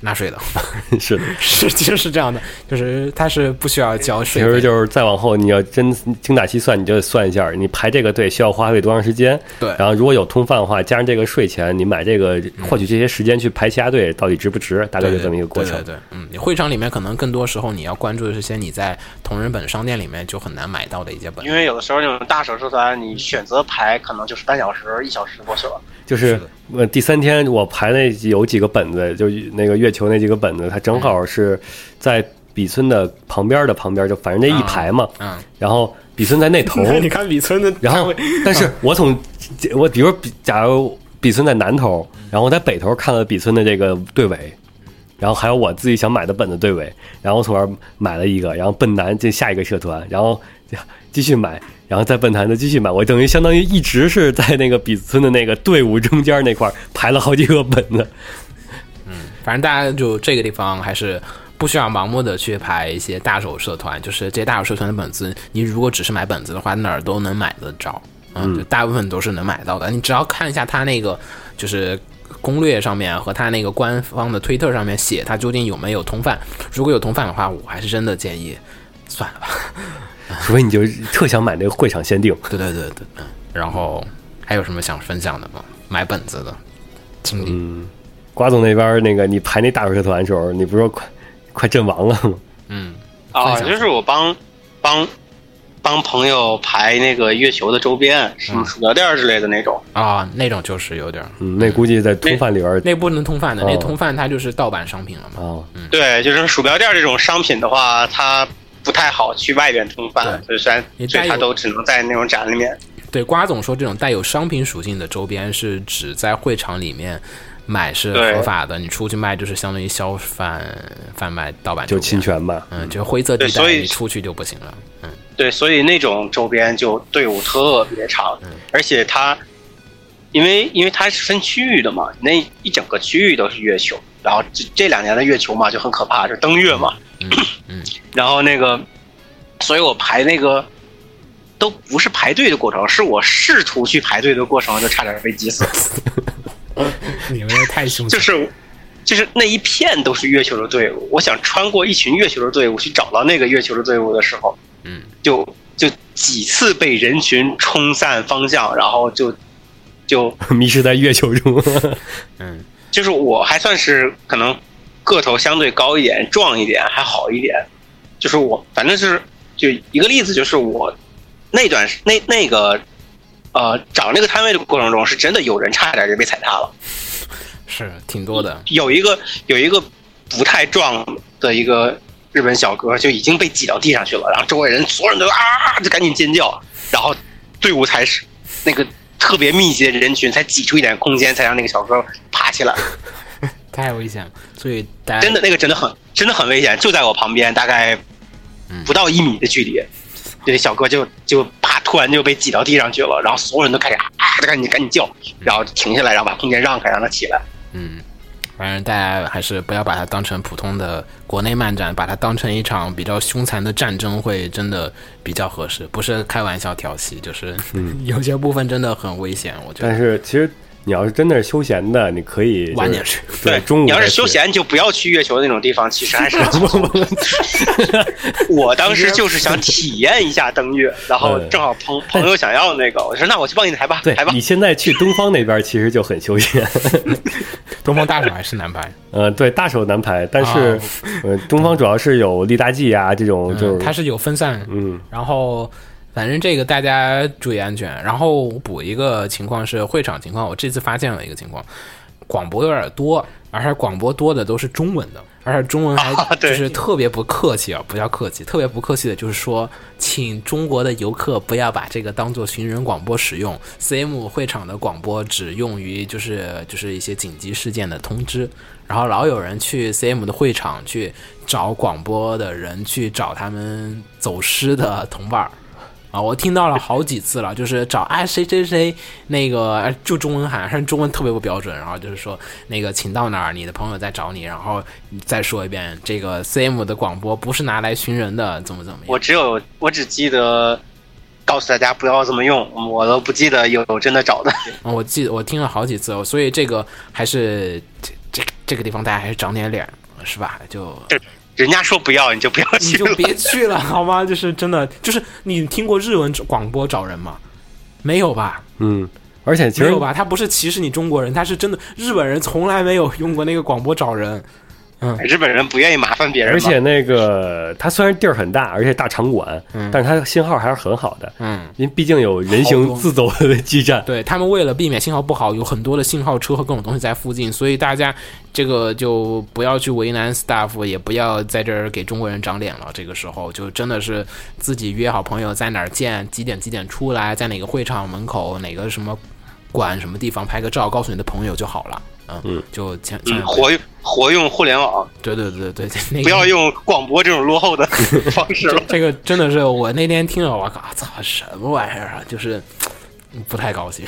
S2: 纳税的，
S3: 是的，
S2: 是其实是这样的，就是它是不需要交
S3: 其
S2: 税费的。
S3: 实就是再往后，你要真精打细算，你就得算一下，你排这个队需要花费多长时间。
S2: 对
S3: 然后如果有通贩的话，加上这个税钱，你买这个获取这些时间去排其他队，到底值不值？大概
S2: 对
S3: 就
S2: 对
S3: 这么一个过程
S2: 对。对对，嗯，你会场里面可能更多时候你要关注的是些你在同人本商店里面就很难买到的一些本
S4: 因。为有的时候那种大手术团，你选择排可能就是半小时、一小时过去了。
S3: 就是
S2: 是的
S3: 呃，第三天我排那有几个本子，就那个月球那几个本子，它正好是在比村的旁边的旁边，就反正那一排嘛。
S2: 嗯，
S3: 然后比村在 那头，
S5: 你看比村的摊位，
S3: 然后但是我从我比如比假如比村在南头，然后我在北头看了比村的这个队尾。然后还有我自己想买的本子队尾，然后我从那儿买了一个，然后奔南进下一个社团，然后继续买，然后再奔南的继续买，我等于相当于一直是在那个比村的那个队伍中间那块儿排了好几个本子。
S2: 反正大家就这个地方还是。不需要盲目的去排一些大手社团，就是这些大手社团的本子，你如果只是买本子的话，哪儿都能买得着，嗯，就大部分都是能买到的。你只要看一下它那个就是攻略上面和它那个官方的推特上面写它究竟有没有通贩，如果有通贩的话，我还是真的建议算了吧。
S3: 除非你就特想买那个会场限定，
S2: 对对对对，嗯。然后还有什么想分享的吗？买本子的经历，
S4: 嗯
S3: 瓜总那边儿那个你排那大社团的时候，你不是说快快阵亡了吗？
S2: 嗯
S4: 啊，
S2: 分享
S4: 就是我帮帮帮朋友排那个月球的周边，什
S2: 嗯
S4: 么鼠标垫儿之类的那种。
S2: 啊、那种就是有点儿，
S3: 嗯，那估计在通贩里边儿
S2: 那不能通贩的，
S3: 哦
S2: 那通贩它就是盗版商品了嘛。
S3: 啊，
S4: 对，就是鼠标垫儿这种商品的话，它不太好去外边通贩，
S2: 对
S4: 所以虽然
S2: 你
S4: 所
S2: 带
S4: 以
S2: 有
S4: 它都只能在那种展里面。
S2: 对瓜总说，这种带有商品属性的周边是指在会场里面买是合法的，你出去卖就是相当于销贩贩卖盗版周边
S3: 就侵。权吧。
S2: 嗯，就灰色地
S4: 对
S2: 带
S4: 所以
S2: 你出去就不行了。嗯，
S4: 对，所以那种周边就队伍特别长，
S2: 嗯
S4: 而且它，因为因为它是分区域的嘛，那一整个区域都是月球，然后这这两年的月球嘛就很可怕，就登月嘛，
S2: 嗯嗯
S4: 然后那个，所以我排那个都不是排队的过程，是我试图去排队的过程，就差点被挤死，
S2: 你们也太 凶
S4: 就
S2: 残。
S4: 是。就是那一片都是月球的队伍，我想穿过一群月球的队伍去找到那个月球的队伍的时候，
S2: 嗯
S4: 就就几次被人群冲散方向，然后就就
S3: 迷失在月球中，
S2: 嗯
S4: 就是我还算是可能个头相对高一点、壮一点还好一点，就是我反正是就一个例子，就是我那段时那那个呃找那个摊位的过程中，是真的有人差点就被踩踏了。
S2: 是挺多的。
S4: 有一个有一个不太壮的一个日本小哥就已经被挤到地上去了，然后周围人所有人都啊就赶紧尖叫，然后队伍才是那个特别密集的人群才挤出一点空间，才让那个小哥爬起来。
S2: 太危险了，所以大家
S4: 真的那个真的很真的很危险，就在我旁边大概不到一米的距离，对小哥就就啪突然就被挤到地上去了，然后所有人都开始啊赶紧赶紧叫，然后停下来，然后把空间让开让他起来。
S2: 嗯，反正大家还是不要把它当成普通的国内漫展，把它当成一场比较凶残的战争，会真的比较合适，不是开玩笑调戏，就是 有些部分真的很危险，我觉
S3: 但
S2: 得。
S3: 是其实你要是真的是休闲的，你可以就是
S2: 晚点去，
S3: 对，中午
S4: 你要是
S3: 再去
S4: 休，闲就不要去月球那种地方，其实还是很不错的。我当时就是想体验一下登月，然 后
S2: 嗯
S4: 正好朋朋友想要那个，我说那我去帮你抬吧，
S3: 对
S4: 抬吧
S3: 你。现在去东方那边其实就很休闲。
S2: 东方大手还是南排，
S3: 呃，对，大手难排，但是呃，东方主要是有利达记啊这种，就
S2: 嗯，它
S3: 是
S2: 是有分散，
S3: 嗯，
S2: 然后反正这个大家注意安全。然后我补一个情况是会场情况，我这次发现了一个情况，广播有点多，而且广播多的都是中文的，而且中文还就
S4: 对
S2: 是特别不客气啊，不叫客气，特别不客气的就是说，请中国的游客不要把这个当做寻人广播使用，CM 会场的广播只用于就是就是一些紧急事件的通知，然后老有人去 CM 的会场去找广播的人去找他们走失的同伴儿。啊，我听到了好几次了，就是找啊谁谁谁那个哎就中文喊，但是中文特别不标准，然后就是说那个请到哪儿，你的朋友在找你，然后你再说一遍这个 CM 的广播不是拿来寻人的，怎么怎么
S4: 我
S2: 样。
S4: 只有我只记得告诉大家不要这么用，我都不记得有真的找的。
S2: 啊我记得我听了好几次，所以这个还是这这这个地方大家还是长点脸，是吧？就
S4: 人家说不要你就不要
S2: 你
S4: 去
S2: 就
S4: 了，
S2: 别去了，好吗？就是真的，就是你听过日文广播找人吗？没有吧？
S3: 嗯，而且其
S2: 没
S3: 实
S2: 有吧？他不是歧视你中国人，他是真的日本人从来没有用过那个广播找人。
S4: 日本人不愿意麻烦别人
S3: 而
S4: 嘛。
S3: 且那个它虽然地儿很大，而且大场馆，但是它信号还是很好的，
S2: 嗯，
S3: 因为毕竟有人
S2: 好
S3: 行
S2: 多
S3: 自走的基站。
S2: 对他们为了避免信号不好，有很多的信号车和各种东西在附近，所以大家这个就不要去为难 staff，也不要在这儿给中国人长脸了。这个时候就真的是自己约好朋友在哪儿见，几点几点出来，在哪个会场门口，哪个什么馆什么地方拍个照，告诉你的朋友就好了。嗯，哎就千千
S4: 嗯，
S2: 万不要
S4: 活活用互联网，
S2: 对对对对对，那个
S4: 不要用广播这种落后的方式
S2: 这
S4: 了。
S2: 这个真的是我那天听了，我靠，操，什么玩意儿啊！就是嗯不太高兴。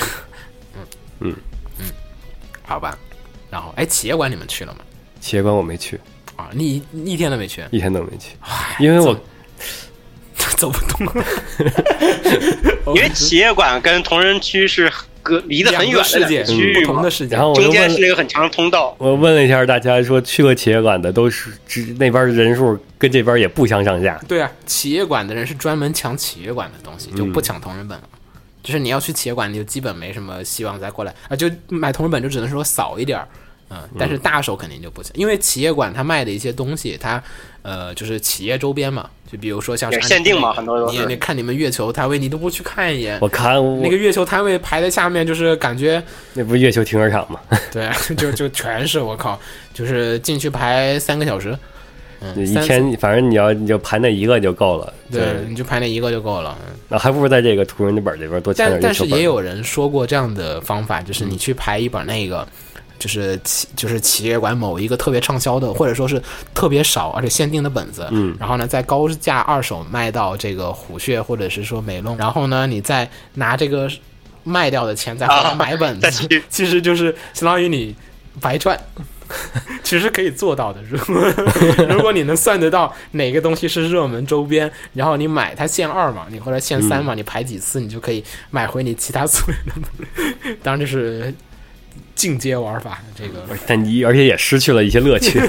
S2: 嗯
S3: 嗯
S2: 嗯好吧。然后，哎，企业馆你们去了吗？
S3: 企业馆我没去，
S2: 啊，你你一天都没去，
S3: 一天都没去，因为我
S2: 走不动了，
S4: 因为企业馆跟同仁区是隔离得很
S2: 两
S4: 远
S2: 个
S4: 的
S2: 世
S4: 两
S2: 界
S4: 个，区域
S2: 不同
S4: 嘛
S2: 的，世界。
S3: 然后我
S4: 中
S3: 又
S4: 间是
S3: 问
S4: 那个很长的通道。
S3: 我问了一下大家，说去过企业馆的都是只那边人数跟这边也不相上下。
S2: 对啊，企业馆的人是专门抢企业馆的东西，就不抢同人本了。就是你要去企业馆，你就基本没什么希望再过来啊，就买同人本就只能说少一点儿。嗯，但是大手肯定就不行，因为企业馆它卖的一些东西，它呃就是企业周边嘛，就比如说像是
S4: 也限定嘛
S2: 安妮
S4: 很多都
S2: 你
S4: 是
S2: 你看你们月球摊位，你都不去看一眼
S3: 我，看我
S2: 那个月球摊位排在下面，就是感觉啊
S3: 那不是月球停车场吗？
S2: 对，就就全是我靠，就是进去排三个小时，嗯，
S3: 一
S2: 三次
S3: 天反正你要你就盘那一个就够了。
S2: 对，，你就排那一个就够了。嗯
S3: 那还不如在这个图人的本里边多签
S2: 但
S3: 点
S2: 但
S3: 月
S2: 是
S3: 球
S2: 也
S3: 本。嗯
S2: 有人说过这样的方法，就是你去排一本那个，就是企就是企业馆某一个特别畅销的，或者说是特别少而且限定的本子，
S3: 嗯
S2: 然后呢在高价二手卖到这个虎穴或者是说美弄，然后呢你再拿这个卖掉的钱再回来
S4: 啊
S2: 买 本
S4: 再
S2: 子
S4: 去，
S2: 其实就是相当于你白赚。 其实可以做到的，如果 如果你能算得到哪个东西是热门周边，然后你买它限二嘛，你或者限三嘛，你排几次你就可以买回你其他所有的。 当然这是进阶玩法，这个
S3: 但你而且也失去了一些乐趣，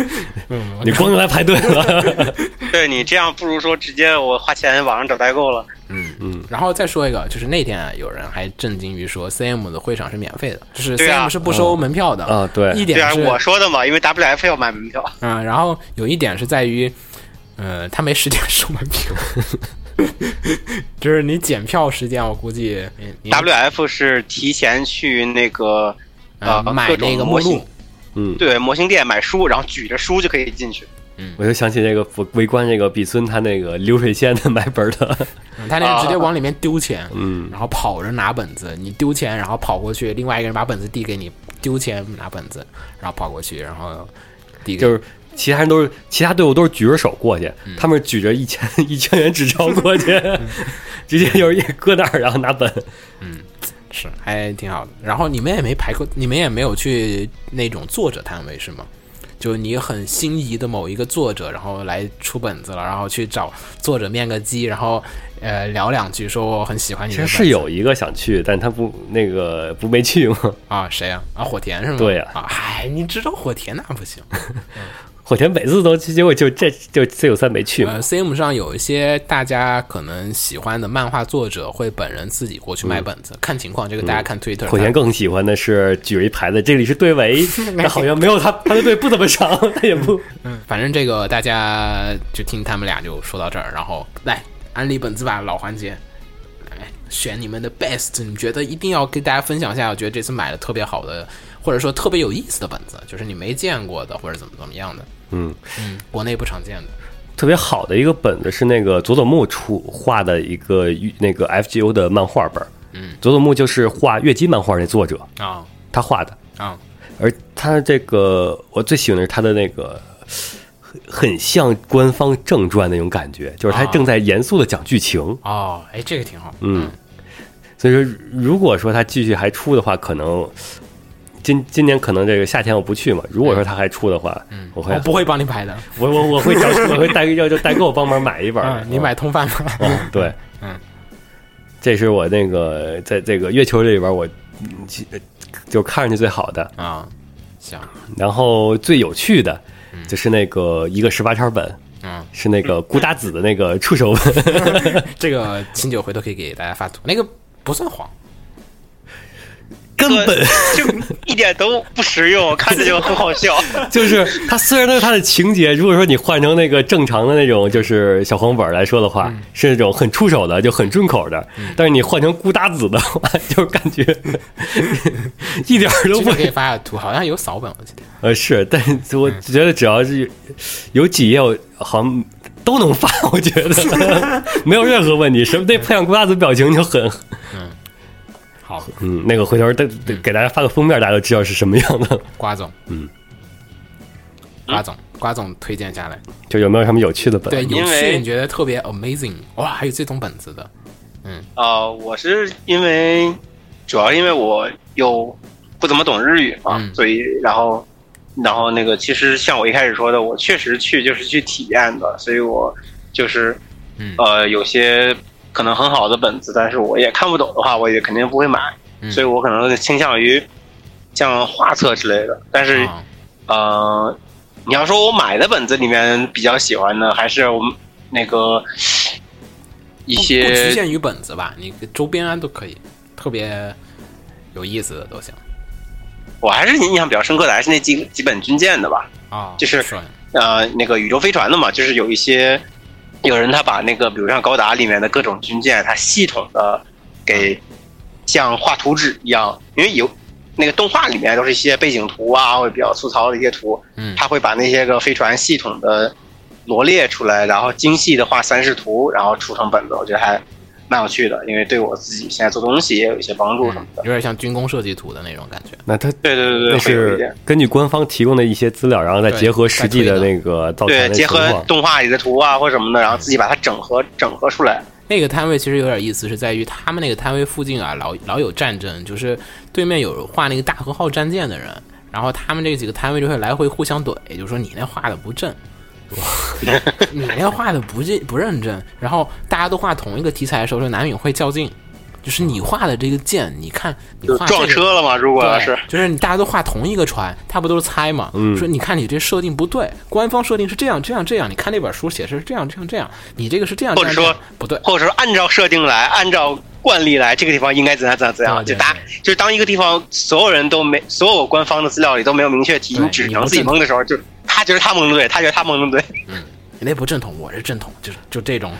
S2: 嗯，
S3: 你光用来排队了。
S4: 对你这样不如说直接我花钱网上找代购了。嗯
S2: 然后再说一个，就是那天啊有人还震惊于说 CM 的会场是免费的，就是
S4: 对啊
S2: CM 是不收门票的
S3: 啊对
S2: 一
S4: 对
S2: 点
S4: 啊，
S2: 是
S4: 我说的嘛，因为 WF 要买门票，
S2: 嗯，然后有一点是在于，呃，他没时间 收门 票，就是你检票时间，我估计你你
S4: WF 是提前去那个
S2: 呃
S4: 呃
S2: 买
S4: 各
S2: 那
S4: 种
S2: 个目
S4: 模型
S2: 录，
S3: 嗯，
S4: 对模型店买书，然后举着书就可以进去。
S3: 我就想起这个我围观这个比孙他那个流水线的买本儿的，
S2: 嗯他那是直接往里面丢钱，
S3: 嗯
S2: 然后跑着拿本子，你丢钱，然后跑过去，另外一个人把本子递给你，丢钱拿本子，然后跑过去，然后递给
S3: 就
S2: 你
S3: 是其他人都是其他队伍都是举着手过去，他们举着一千一千元纸钞过去，直接就是一搁那儿然后拿本，
S2: 是还挺好的。然后你们也没排过，你们也没有去那种作者摊位是吗？就你很心仪的某一个作者，然后来出本子了，然后去找作者面个基，然后呃聊两句，说我很喜欢你
S3: 其
S2: 的
S3: 实
S2: 本子。
S3: 是有一个想去，但他不那个不没去嘛。
S2: 啊，谁呀、啊？火田是吗？
S3: 对呀
S2: 啊，嗨，你知道火田那不行。
S3: 火田每次都去，结果就这就 C 九三没去嘛
S2: 呃。，CM 上有一些大家可能喜欢的漫画作者会本人自己过去卖本子，看情况。这个大家看 Twitter 看。
S3: 嗯火田更喜欢的是举着一牌子，这里是队尾，但好像没有他他的队不怎么长，他也不
S2: 反正这个大家就听他们俩就说到这儿，然后来安利本子吧，老环节，来选你们的 best，你觉得一定要跟大家分享一下，我觉得这次买的特别好的，或者说特别有意思的本子，就是你没见过的，或者怎么怎么样的，
S3: 嗯
S2: 嗯，国内不常见的，
S3: 特别好的一个本子是那个佐佐木出画的一个那个 FGO 的漫画本。
S2: 嗯，
S3: 佐佐木就是画月姬漫画那作者，
S2: 啊
S3: 他画的。
S2: 啊
S3: 而他这个我最喜欢的是他的那个很很像官方正传那种感觉，就是他
S2: 啊
S3: 正在严肃的讲剧情。
S2: 哦，哎，这个挺好，
S3: 嗯，所以说如果说他继续还出的话，可能今今年可能这个夏天我不去嘛。如果说他还出的话，我会
S2: 我嗯哦不会帮你排 的，
S3: 我我我会找我会代要就代购帮忙买 一本
S2: 嗯，
S3: 儿，
S2: 你买通贩吧，
S3: 嗯对，
S2: 嗯，
S3: 这是我那个在这个月球这里边我嗯其就看上去最好的，
S2: 啊，行，
S3: 然后最有趣的就是那个一个十八叉本。
S2: 嗯，
S3: 是那个古达子的那个触 手本，
S2: 这个清酒回头可以给大家发图，那个不算黄，
S3: 根本
S4: 就一点都不实用，看着就很好笑。
S3: 就是它虽然它是它的情节，如果说你换成那个正常的那种就是小黄本来说的
S2: 嗯
S3: 话，是那种很出手的，就很顺口的。但是你换成孤达子的话，就是感觉一点儿都
S2: 这
S3: 不
S2: 个可以发下图，好像有扫本，我记得。
S3: 呃，是，但是我觉得只要是有几页，我好像都能发，我觉 得没有任何问题。什么那配上郭大子表情就很，
S2: 好，
S3: 嗯，那个回头再再给大家发个封面，大家就知道是什么样的。
S2: 瓜总，嗯，瓜总，瓜总推荐下来，
S3: 就有没有什么有趣的本？
S2: 对，有
S4: 因
S2: 趣，
S4: 为
S2: 你觉得特别 amazing，哇，还有这种本子的，
S4: 啊、我是因为主要因为我有不怎么懂日语嘛，
S2: 嗯
S4: 所以然后然后那个其实像我一开始说的，我确实去就是去体验的，所以我就是
S2: 嗯
S4: 呃有些可能很好的本子，但是我也看不懂的话，我也肯定不会买，
S2: 嗯
S4: 所以我可能倾向于像画册之类的，但是、
S2: 啊，
S4: 呃，你要说我买的本子里面比较喜欢的，还是我们那个一
S2: 不不局
S4: 些
S2: 限于本子吧，你周边啊都可以，特别有意思的都行
S4: 我还是印象比较深刻的，还是那几几本军舰的吧。
S2: 啊，
S4: 就是
S2: 说
S4: 呃，那个宇宙飞船的嘛，就是有一些有人他把那个，比如像高达里面的各种军舰，他系统的给
S2: 嗯
S4: 像画图纸一样，因为有那个动画里面都是一些背景图啊，或者比较粗糙的一些图，
S2: 嗯
S4: 他会把那些个飞船系统的罗列出来，然后精细的画三视图，然后出成本子，我觉得还蛮有趣的，因为对我自己现在做东西也有一些帮助什么的
S2: 嗯有。点像军工设计图的那种感觉。
S3: 那他
S4: 对对对对，
S3: 那
S4: 会有一点
S3: 是根据官方提供的一些资料，然后再
S2: 对
S3: 结合实际的那个
S2: 哦
S3: 造
S4: 对
S3: 船的
S4: 结
S3: 情
S4: 合
S3: 况。
S4: 动画里的图啊或什么的，然后自己把它整合整合出来。
S2: 那个摊位其实有点意思，是在于他们那个摊位附近啊，老老有战争，就是对面有画那个大和号战舰的人，然后他们这几个摊位就会来回互相怼，就说你那画的不正，你那画的不认不认真，然后大家都画同一个题材的时候，就难免会较劲。就是你画的这个舰，你看你
S4: 就
S2: 画、这个、
S4: 撞车了嘛？如果要
S2: 对
S4: 是
S2: 就是你大家都画同一个船，他不都是猜嘛？嗯说你看你这设定不对，官方设定是这样这样这样，你看那本书写的是这样这样这样，你这个是这样，
S4: 或者
S2: 这样
S4: 说
S2: 这样不对，
S4: 或者说按照设定来，按照惯例来，这个地方应该怎样怎样怎样。
S2: 对
S4: 就
S2: 对
S4: 大
S2: 对
S4: 就是当一个地方所有人都没所有官方的资料里都没有明确提，
S2: 对
S4: 你只能自己
S2: 你不
S4: 蒙的时候，就他觉得他蒙的对，他觉得他蒙的对。
S2: 你那不正统，我是正统，就是就这种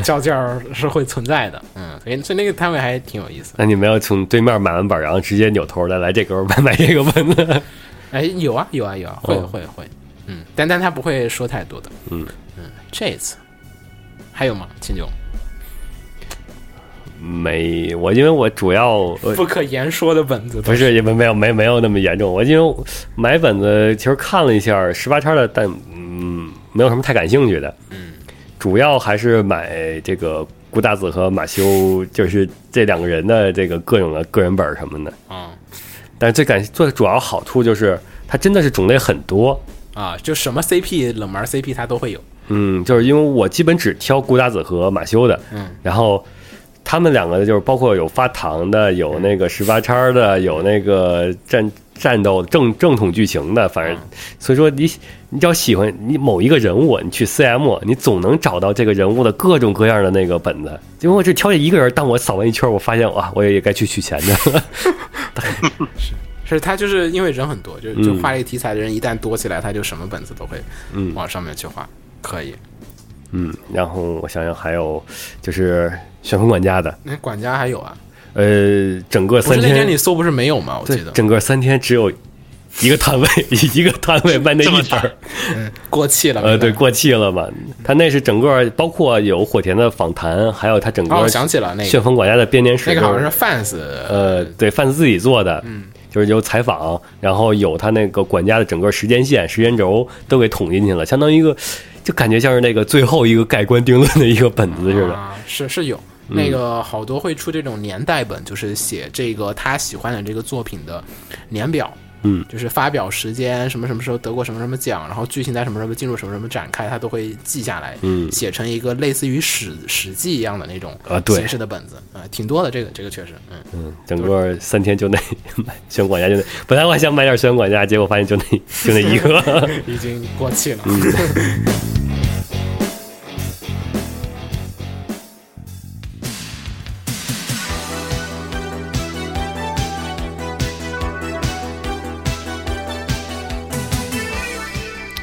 S5: 较劲儿
S2: 是会存在的。嗯，所以所以那个摊位还挺有意思。
S3: 那你们要从对面买完本，然后直接扭头的来这哥们儿买买这个本子。
S2: 哎，有啊有啊有啊，会
S3: 哦
S2: 会会，嗯，但但他不会说太多的。
S3: 嗯
S2: 嗯，这次还有吗？秦九，
S3: 没，我因为我主要呃
S2: 不可言说的本子
S3: 不是，也没没有没没有那么严重。我因为我买本子其实看了一下十八叉的，但嗯，没有什么太感兴趣的。嗯，主要还是买这个顾大子和马修，就是这两个人的这个各种的个人本儿什么的。
S2: 嗯
S3: 但是最感最主要好处就是它真的是种类很多。
S2: 啊，就什么 CP 冷门 CP 他都会有。
S3: 嗯，就是因为我基本只挑顾大子和马修的，
S2: 嗯，
S3: 然后他们两个就是包括有发糖的，有那个十八叉的，有那个战战斗正正统剧情的，反正、
S2: 嗯
S3: 所以说你你只要喜欢你某一个人物，你去 CM，你总能找到这个人物的各种各样的那个本子。因为我只挑这一个人，但我扫完一圈，我发现哇，我也该去取钱的了。
S2: 是他就是因为人很多，就就
S3: 嗯
S2: 画这个题材的人一旦多起来，他就什么本子都会
S3: 嗯
S2: 往上面去画。可以，
S3: 嗯，然后我想想还有就是旋风管家的，
S2: 那管家还有啊？
S3: 呃，整个
S2: 不
S3: 三
S2: 是那
S3: 天
S2: 天你搜不是没有吗？我
S3: 对
S2: 记，得
S3: 整个三天只有一个摊位， 一个摊位卖那
S4: 这么
S3: 一本儿，
S2: 过气了。
S3: 呃，对，
S2: 没办法
S3: 过气了嘛。他那是整个包括有火田的访谈，还有他整
S2: 哦，
S3: 个
S2: 我想起了那
S3: 旋
S2: 个，
S3: 风管家的编年史，
S2: 那个好像
S3: 就是
S2: fans，
S3: 呃，对，范自己做的，嗯，就是有采访，然后有他那个管家的整个时间线、时间轴都给捅进去了，相当于一个，就感觉像是那个最后一个盖棺定论的一个嗯本子似的。
S2: 啊，是是有。那个好多会出这种年代本，就是写这个他喜欢的这个作品的年表，
S3: 嗯，
S2: 就是发表时间什么什么时候得过什么什么奖，然后剧情在什么什么进入什么什么展开，他都会记下来，
S3: 嗯
S2: 写成一个类似于史史记一样的那种
S3: 啊对
S2: 形式的本子，啊、挺多的，这个这个确实，嗯，
S3: 嗯，整个三天就那 旋风管家就那，本来我还想买点旋风管家，结果发现就那就那一个。
S2: 已经过气了。
S3: 嗯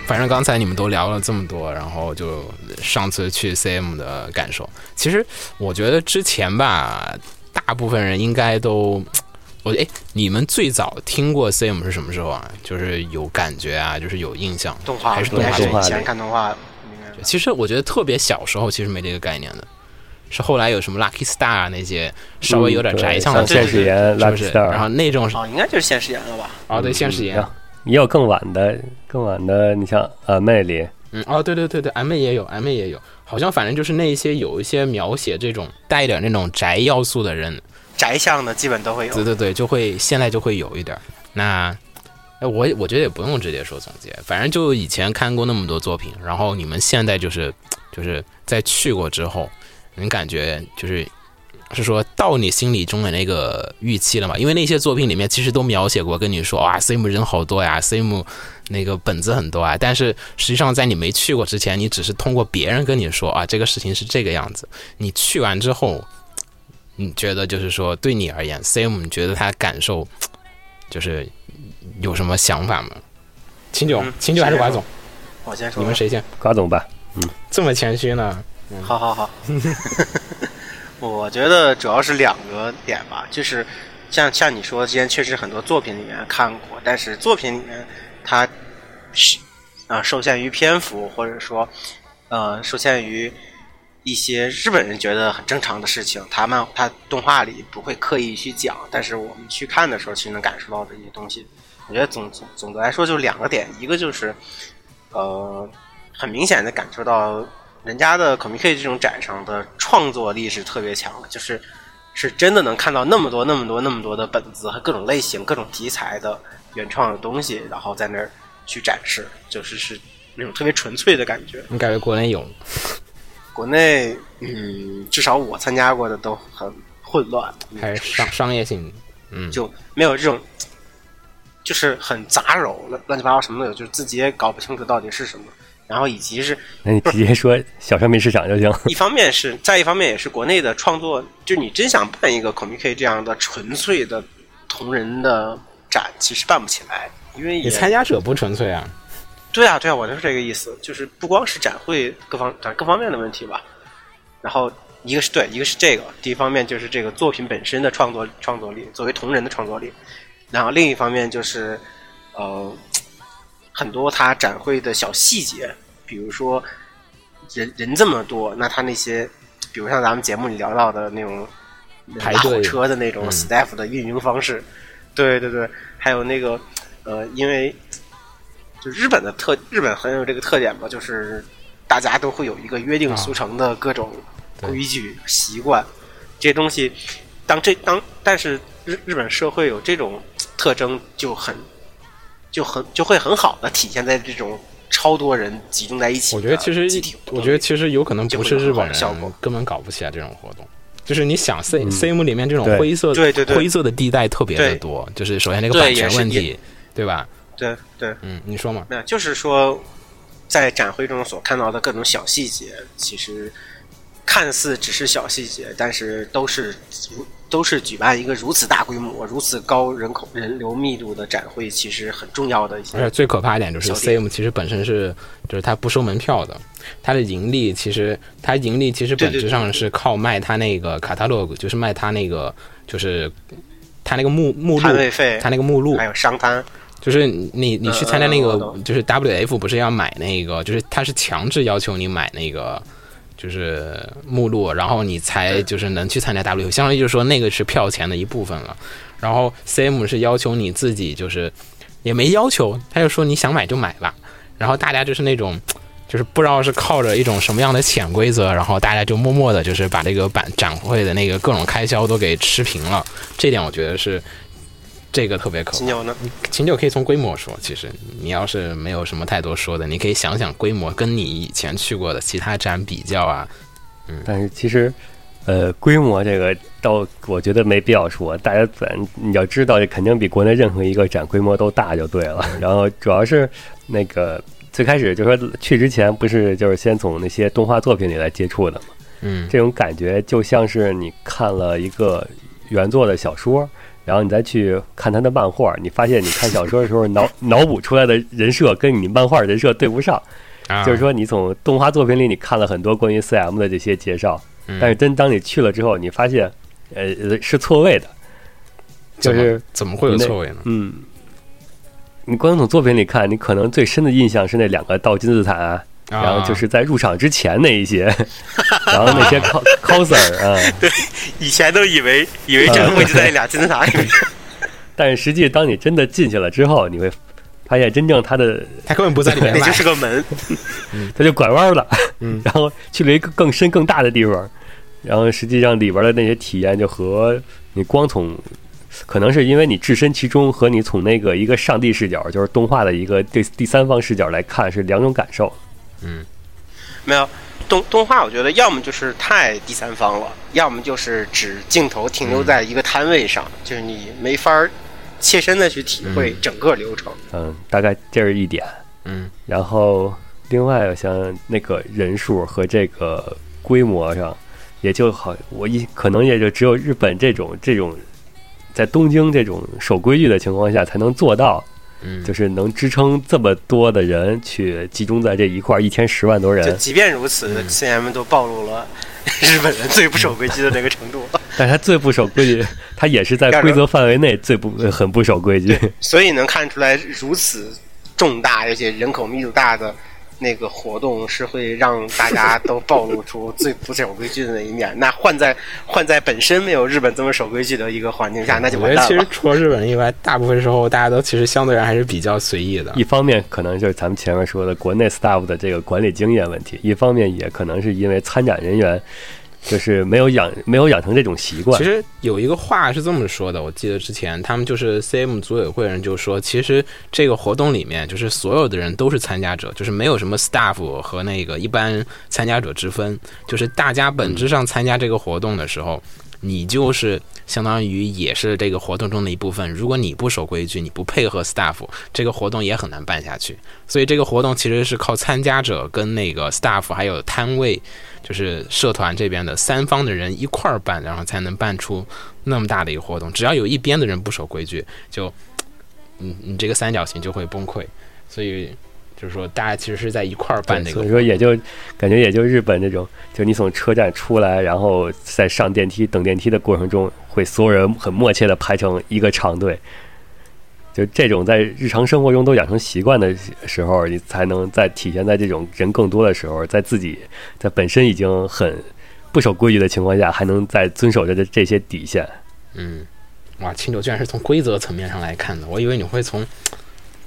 S2: 反正刚才你们都聊了这么多，然后就上次去 CM 的感受。其实我觉得之前吧，大部分人应该都，我哎，你们最早听过 CM 是什么时候啊？就是有感觉啊，就是有印象，
S4: 动画
S2: 还是
S4: 应
S2: 动
S4: 该
S2: 画
S4: 是
S2: 动
S3: 画
S4: 以
S3: 的
S4: 前看动画，应该
S2: 其实我觉得特别小时候其实没这个概念的，是后来有什么 Lucky Star 啊那些稍微有点宅向的
S3: 嗯像
S2: 作
S3: 现
S2: 品，
S3: 实言、
S2: 是
S3: Lucky
S2: 不是？
S3: Star 嗯
S2: 然后那种
S4: 哦，应该就是现实演了吧？
S2: 哦对，现实言，
S3: 也有更晚的，更晚的，你像呃魅力，
S2: 嗯哦对对对对，M 也有，M 也有，好像反正就是那一些有一些描写这种带一点那种宅要素的人，
S4: 宅向的基本都会有
S2: 对。对对，就会现在就会有一点儿。那哎，我也我觉得也不用直接说总结，反正就以前看过那么多作品，然后你们现在就是就是在去过之后，你感觉就是是说到你心里中的那个预期了嘛？因为那些作品里面其实都描写过，跟你说哇，sim 人好多呀，sim 那个本子很多啊，但是实际上在你没去过之前，你只是通过别人跟你说啊，这个事情是这个样子，你去完之后。你觉得就是说，对你而言，Sam，你觉得他感受就是有什么想法吗？秦九
S4: 嗯，
S2: 秦九还是瓜总，
S4: 我先说
S2: 你，们谁先？
S3: 瓜总吧，
S2: 这么谦虚呢？
S4: 好好 好，我觉得主要是两个点吧，就是像像你说，之前确实很多作品里面看过，但是作品里面它是啊、受限于篇幅，或者说呃受限于一些日本人觉得很正常的事情，他漫他动画里不会刻意去讲，但是我们去看的时候，其实能感受到这些东西。我觉得总总总的来说就两个点，一个就是呃很明显的感受到人家的 c o m i c 这种展上的创作力是特别强的，就是是真的能看到那么多那么多那么多的本子和各种类型、各种题材的原创的东西，然后在那儿去展示，就是是那种特别纯粹的感觉。
S2: 你感觉国内有吗？
S4: 国内，嗯，至少我参加过的都很混乱，
S2: 还是商商业性？嗯，
S4: 就没有这种，就是很杂糅、乱乱七八糟什么都有，就是自己也搞不清楚到底是什么。然后以及是
S3: 那你直接说小商品市场就行。
S4: 一方面是，再一方面也是国内的创作，就你真想办一个 c o m i c 这样的纯粹的同人的展，其实办不起来，因为
S2: 你
S4: 也
S2: 参加者不纯粹啊，
S4: 对啊，对啊，我就是这个意思，就是不光是展会各方展各方面的问题吧。然后一个是对，一个是这个，第一方面就是这个作品本身的创作创作力，作为同人的创作力。然后另一方面就是，呃，很多他展会的小细节，比如说人人这么多，那他那些，比如像咱们节目里聊到的那种
S2: 排
S4: 拉火
S2: 队
S4: 车的那种 staff 的运营方式，对对对，还有那个呃，因为就日本的特日本很有这个特点吧，就是大家都会有一个约定俗成的各种
S2: 对
S4: 规矩、习惯这些东西。当这当但是日日本社会有这种特征，就很就很就会很好的体现在这种超多人集中在一起
S2: 我
S4: 的
S2: 觉得其实
S4: 集体活动
S2: 我觉得其实有可能
S4: 就
S2: 不
S4: 会
S2: 是
S4: 有
S2: 日
S4: 好
S2: 本
S4: 的
S2: 人
S4: 效果，
S2: 根本搞不起来这种活动。就是你想 C、C M 里面这种
S3: 对
S2: 灰色
S4: 对对对
S2: 灰色的地带特别的
S4: 对
S2: 多，就是首先这个
S4: 对
S2: 版
S4: 也
S2: 权
S4: 是
S2: 问
S4: 也
S2: 题，对吧？
S4: 对对，
S2: 嗯，你说嘛？
S4: 那就是说，在展会中所看到的各种小细节，其实看似只是小细节，但是都是如都是举办一个如此大规模、如此高人口人流密度的展会，其实很重要的一
S2: 而且
S4: 些。
S2: 最可怕一点就是
S4: 嗯小弟
S2: CM 其实本身是，就是它不收门票的，它的盈利其实它盈利其实本质上是靠卖它那个 catalog，就是卖它那个就是它那个目目录
S4: 摊，位费
S2: 它那个目录
S4: 还，有商摊，
S2: 就是你你去参加那
S4: 嗯嗯嗯
S2: 个
S4: 我懂
S2: 就是 WF 不是要买那个，就是它是强制要求你买那个。就是目录，然后你才就是能去参加 W，相当于就是说那个是票钱的一部分了。然后 CM 是要求你自己就是也没要求，他就说你想买就买吧。然后大家就是那种，就是不知道是靠着一种什么样的潜规则，然后大家就默默的，就是把这个版展会的那个各种开销都给吃平了。这点我觉得是这个特别可
S4: 金
S2: 怕。
S4: 牛呢？
S2: 秦九可以从规模说，其实你要是没有什么太多说的，你可以想想规模跟你以前去过的其他展比较啊。
S3: 但是其实，呃，规模这个倒我觉得没必要说，大家咱你要知道，这肯定比国内任何一个展规模都大就对了。 然后主要是那个最开始就说去之前不是就是先从那些动画作品里来接触的嘛，
S2: 嗯，
S3: 这种感觉就像是你看了一个原作的小说。然后你再去看他的漫画，你发现你看小说的时候脑 脑补出来的人设跟你漫画人设对不上，
S2: 啊、
S3: 就是，说你从动画作品里你看了很多关于 CM 的这些介绍，
S2: 嗯、
S3: 但是真当你去了之后，你发现，呃，呃是错位的，就
S2: 怎么
S3: 是
S2: 怎么会有
S3: 你那
S2: 错位呢？
S3: 嗯，你光从作品里看，你可能最深的印象是那两个倒金字塔、然
S2: 啊
S3: 后就是在入场之前那一些， 然后那些 cos- coser 啊、
S4: 以前都以为以为展会就在俩金字塔里
S2: 嗯
S4: 面，
S3: 但是实际当你真的进去了之后，你会发现真正它的
S2: 他根本 不在里面
S4: 那
S2: 卖，
S4: 就是个门。
S3: 它就拐弯了，
S5: 嗯
S3: 然后去了一个更深更大的地方，然后实际上里边的那些体验就和你光从，可能是因为你置身其中和你从那个一个上帝视角，就是动画的一个第第三方视角来看是两种感受。
S4: 没有动动画，我觉得要么就是太第三方了，要么就是只镜头停留在一个摊位上，
S2: 嗯
S4: 就是你没法儿切身的去体会整个流程。
S3: 嗯，大概这是一点。
S2: 嗯，
S3: 然后另外我想那个人数和这个规模上，也就好，我一可能也就只有日本这种这种，在东京这种守规矩的情况下才能做到，
S2: 嗯
S3: 就是能支撑这么多的人去集中在这一块儿，一天十万多
S2: 哎
S4: 就
S3: 人，
S4: 即便如此，CM
S2: 嗯
S4: 都暴露了日本人最不守规矩的那个程度，
S3: 但是他最不守规矩， 他也是在规则范围内最不很不守规矩。
S4: 所以能看出来如此重大而且人口密度大的那个活动，是会让大家都暴露出最不守规矩的一面。那换在换在本身没有日本这么守规矩的一个环境下，啊那就
S2: 我
S4: 完
S2: 觉得
S4: 蛋
S2: 其
S4: 了
S2: 实。除了日本以外，大部分时候大家都其实相对而言还是比较随意的。
S3: 一方面可能就是咱们前面说的国内 staff 的这个管理经验问题，一方面也可能是因为参展人员就是没有养没有养成这种习惯
S2: 其。实有一个话是这么说的，我记得之前他们就是 CM 组委会人就说，其实这个活动里面就是所有的人都是参加者，就是没有什么 staff 和那个一般参加者之分，就是大家本质上参加这个活动的时候，你就是相当于也是这个活动中的一部分。如果你不守规矩，你不配合 staff，这个活动也很难办下去。所以这个活动其实是靠参加者跟那个 staff 还有摊位，就是社团这边的三方的人一块儿办，然后才能办出那么大的一个活动。只要有一边的人不守规矩，就，嗯，你这个三角形就会崩溃。所以就是说，大家其实是在一块儿办
S3: 对
S2: 这个
S3: 所以说也就感觉也就日本这种，就你从车站出来，然后在上电梯等电梯的过程中，会所有人很默契的排成一个长队。就这种在日常生活中都养成习惯的时候，你才能在体现在这种人更多的时候，在自己在本身已经很不守规矩的情况下，还能在遵守着这这些底线。
S2: 嗯，哇，清酒居然是从规则层面上来看的，我以为你会从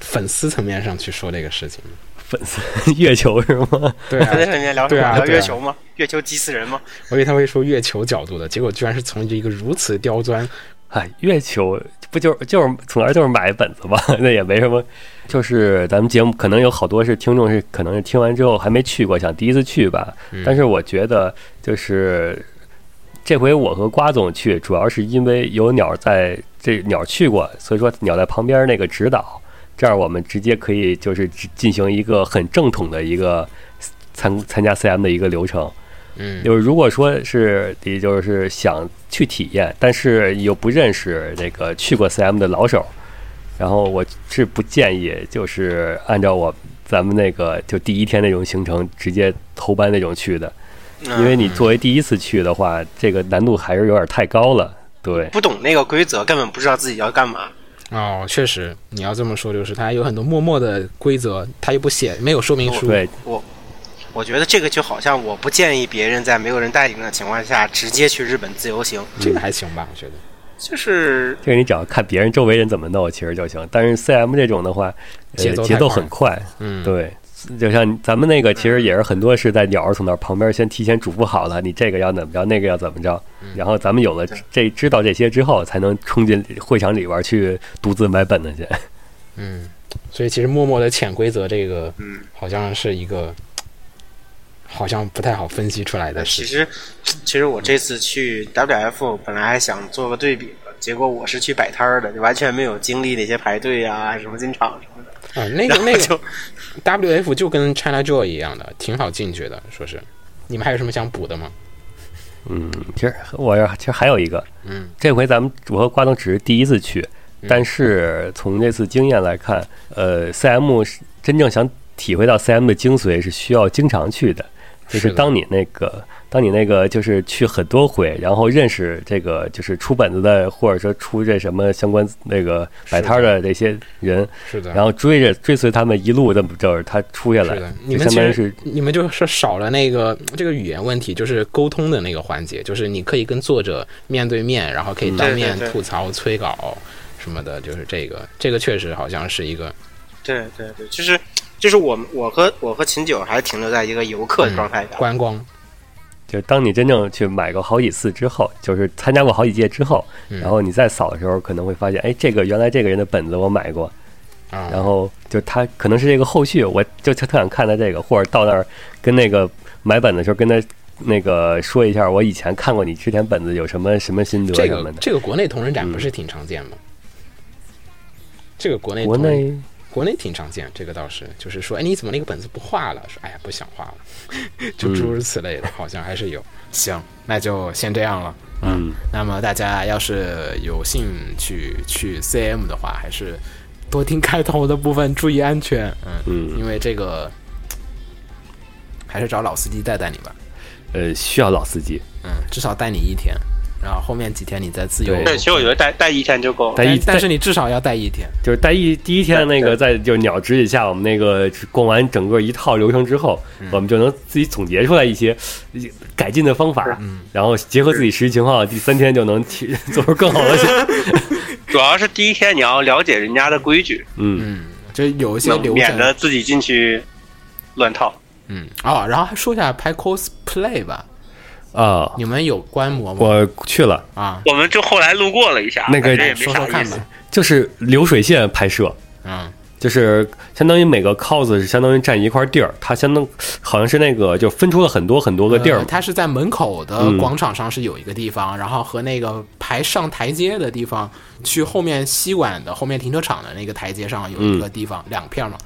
S2: 粉丝层面上去说这个事情。
S3: 粉丝月球是吗？
S2: 对
S4: 还在里面聊什
S2: 对
S4: 么？
S2: 啊
S4: 聊
S2: 对啊
S4: 月球吗？月球急死人吗？
S2: 我以为他会说月球角度的，结果居然是从一个如此刁钻。
S3: 哎，月球不就是就是从而就是买本子嘛， 那也没什么。就是咱们节目可能有好多是听众是可能是听完之后还没去过，想第一次去吧。
S2: 嗯
S3: 但是我觉得就是这回我和瓜总去，主要是因为有鸟在这鸟去过，所以说鸟在旁边那个指导，这样我们直接可以就是只进行一个很正统的一个参参加 CM 的一个流程。
S2: 嗯，
S3: 就是如果说是你就是想去体验，但是又不认识那个去过 CM 的老手，然后我是不建议就是按照我咱们那个就第一天那种行程直接头班那种去的，
S4: 嗯
S3: 因为你作为第一次去的话，这个难度还是有点太高了。对，
S4: 不懂那个规则，根本不知道自己要干嘛。
S2: 哦，确实，你要这么说，就是他有很多默默的规则，他又不写，没有说明书。
S3: 对，
S4: 我我觉得这个就好像我不建议别人在没有人带领的情况下直接去日本自由行，
S2: 这个还行吧，我觉得。
S4: 就是
S3: 这个你只要看别人周围人怎么弄，其实就行。但是 CM 这种的话，呃
S2: 节奏太
S3: 节奏
S2: 快
S3: 很快，
S2: 嗯，
S3: 对，就像咱们那个，其实也是很多是在鸟儿从那儿旁边先提前嘱咐好了，你这个要怎么着，那个要怎么着，然后咱们有了
S4: 对
S3: 这知道这些之后，才能冲进会场里边儿去独自买本子去。
S2: 嗯，所以其实默默的潜规则这个，
S4: 嗯，
S2: 好像是一个，好像不太好分析出来的事
S4: 其
S2: 情。
S4: 实，其实我这次去 WF 本来还想做个对比的，结果我是去摆摊儿的，完全没有经历那些排队啊、什么进场什么的。
S2: 啊，那个
S4: 然后
S2: 那
S4: 就
S2: 个 WF 就跟 China Joy 一样的，挺好进去的，说是。你们还有什么想补的吗？
S3: 嗯，其实我要，其实还有一个，
S2: 嗯，
S3: 这回咱们我和瓜总只是第一次去，但是从这次经验来看，呃，CM 是真正想体会到 CM 的精髓是需要经常去的，就是是
S2: 的
S3: 当你那个，当你那个就是去很多回，然后认识这个就是出本子的，或者说出这什么相关那个摆摊儿的这些人，
S2: 是的，
S3: 然后追着追随他们一路这么就是他出下来
S2: 是的，你们
S3: 就相
S2: 其
S3: 当于
S2: 实
S3: 是
S2: 你们就是少了那个这个语言问题，就是沟通的那个环节，就是你可以跟作者面对面，然后
S3: 嗯
S2: 可以当面
S4: 对对对
S2: 吐槽、催稿什么的，就是这个，这个确实好像是一个，
S4: 对对对，就是就是我们我和我和秦九还停留在一个游客的状态下。
S2: 观光，
S3: 就是当你真正去买过好几次之后，就是参加过好几届之后，
S2: 嗯
S3: 然后你再扫的时候，可能会发现，哎，这个原来这个人的本子我买过，
S2: 啊，
S3: 然后就他可能是这个后续，我就特想看他这个，或者到那儿跟那个买本的时候跟他那个说一下，我以前看过你之前本子有什么什么心得
S2: 这
S3: 什么
S2: 个
S3: 的。
S2: 这个国内同人展不是挺常见吗？这个国内
S3: 国
S2: 同人
S3: 内
S2: 国内挺常见，这个倒是，就是说，哎，你怎么那个本子不画了？说，哎呀，不想画了， 就诸如此类的，好像还是有。嗯 行，那就先这样了。
S3: 嗯，
S2: 那么大家要是有兴趣去 CM 的话，还是多听开头的部分，注意安全。嗯
S3: 嗯
S2: 因为这个还是找老司机带带你吧。
S3: 呃，需要老司机。
S2: 嗯，至少带你一天。然后后面几天你再自由。
S3: 对
S4: 对，其实我觉得待待一天就够了。
S3: 待
S2: 但
S3: 一
S2: 但
S3: 待
S2: 是你至少要待一天。
S3: 就是在一第一天那个在就是鸟指引下，我们那个逛完整个一套流程之后，
S4: 嗯
S3: 我们就能自己总结出来一些一些改进的方法，
S2: 嗯
S3: 然后结合自己实际情况，第三天就能提 做出更好 的选。
S4: 主要是第一天你要了解人家的规矩，
S3: 嗯，
S2: 就有一些
S4: 能
S2: 流
S4: 免
S2: 程
S4: 得，自己进去乱套。
S2: 嗯哦，然后还说一下拍 cosplay 吧，
S3: 啊，
S2: 你们有观摩吗？
S3: 我去了，
S2: 啊，
S4: 我们就后来路过了一下，
S3: 那个
S4: 啊感觉也没
S2: 说说
S4: 啥意
S2: 看
S4: 思
S2: 吧。，
S3: 就是流水线拍摄，
S2: 嗯
S3: 就是相当于每个 cos 是相当于占一块地儿，它相当好像是那个就分出了很多很多个地儿
S2: 呃，它是在门口的
S3: 嗯
S2: 广场上是有一个地方，然后和那个排上台阶的地方，去后面西馆的后面停车场的那个台阶上有一
S3: 嗯
S2: 个地方，两片嘛。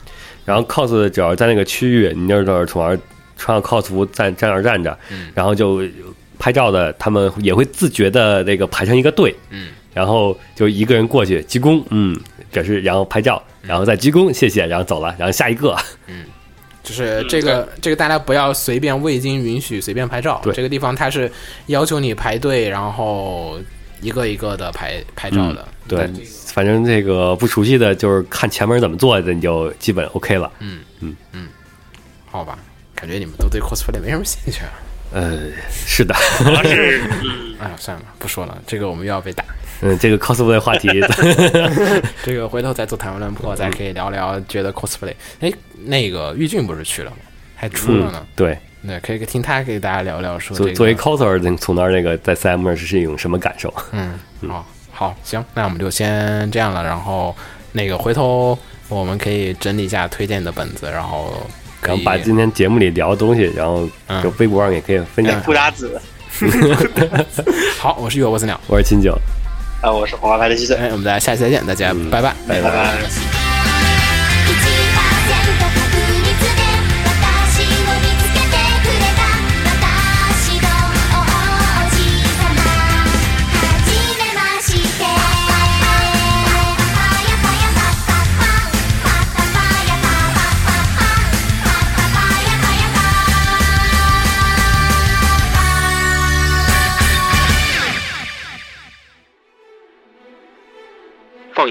S3: 然后 cos 只要在那个区域，你就是从而穿上 cos 服站站那儿站着，
S2: 嗯
S3: 然后就拍照的他们也会自觉的那个排成一个队，
S2: 嗯，
S3: 然后就一个人过去鞠躬，嗯，表示然后拍照，
S2: 嗯
S3: 然后再鞠躬，谢谢，然后走了，然后下一个，
S2: 就是这个，这个大家不要随便未经允许随便拍照。
S3: 对
S2: 这个地方它是要求你排队，然后一个一个的排拍照
S3: 嗯
S2: 的。
S3: 对，反正这个不熟悉的就是看前面怎么做的，你就基本 OK 了，
S2: 嗯好吧，感觉你们都对 cosplay 没什么兴趣啊。
S3: 呃，是的，
S4: 主要是嗯
S2: 哎呀，算了，不说了，这个我们又要被打。
S3: 嗯，这个 cosplay 话 题，
S2: 这个回头再做台湾论破，再可以聊聊觉得 cosplay。哎，那个玉俊不是去了吗？还出了
S3: 嗯
S2: 呢。，
S3: 对，
S2: 对，可以听他给大家聊聊说这
S3: 作
S2: 个。
S3: 作为 coser，从那儿那个在 CM 那儿是一种什么感受？
S2: 嗯，好，好，行，那我们就先这样了。然后那个回头我们可以整理一下推荐的本子，然后可
S3: 然
S2: 以
S3: 后把今天节目里聊的东西，然后
S2: 嗯
S3: 就微博上也可以分享。
S4: 布达子
S2: 好，我是月窝子鸟，
S3: 我是秦九，
S4: 啊，我是黄花白的记者。
S2: 哎，我们大家下期再见，大家拜拜。
S3: 嗯拜
S4: 拜拜。
S6: 1%確率で私を見つけてくれた私の王子様はじめましてパパパパヤパパパパパパヤパパパパパパパヤパヤ
S7: 放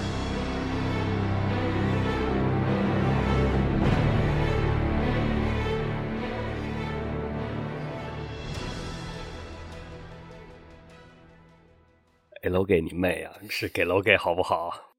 S3: 给楼给你妹啊！是给楼给好不好？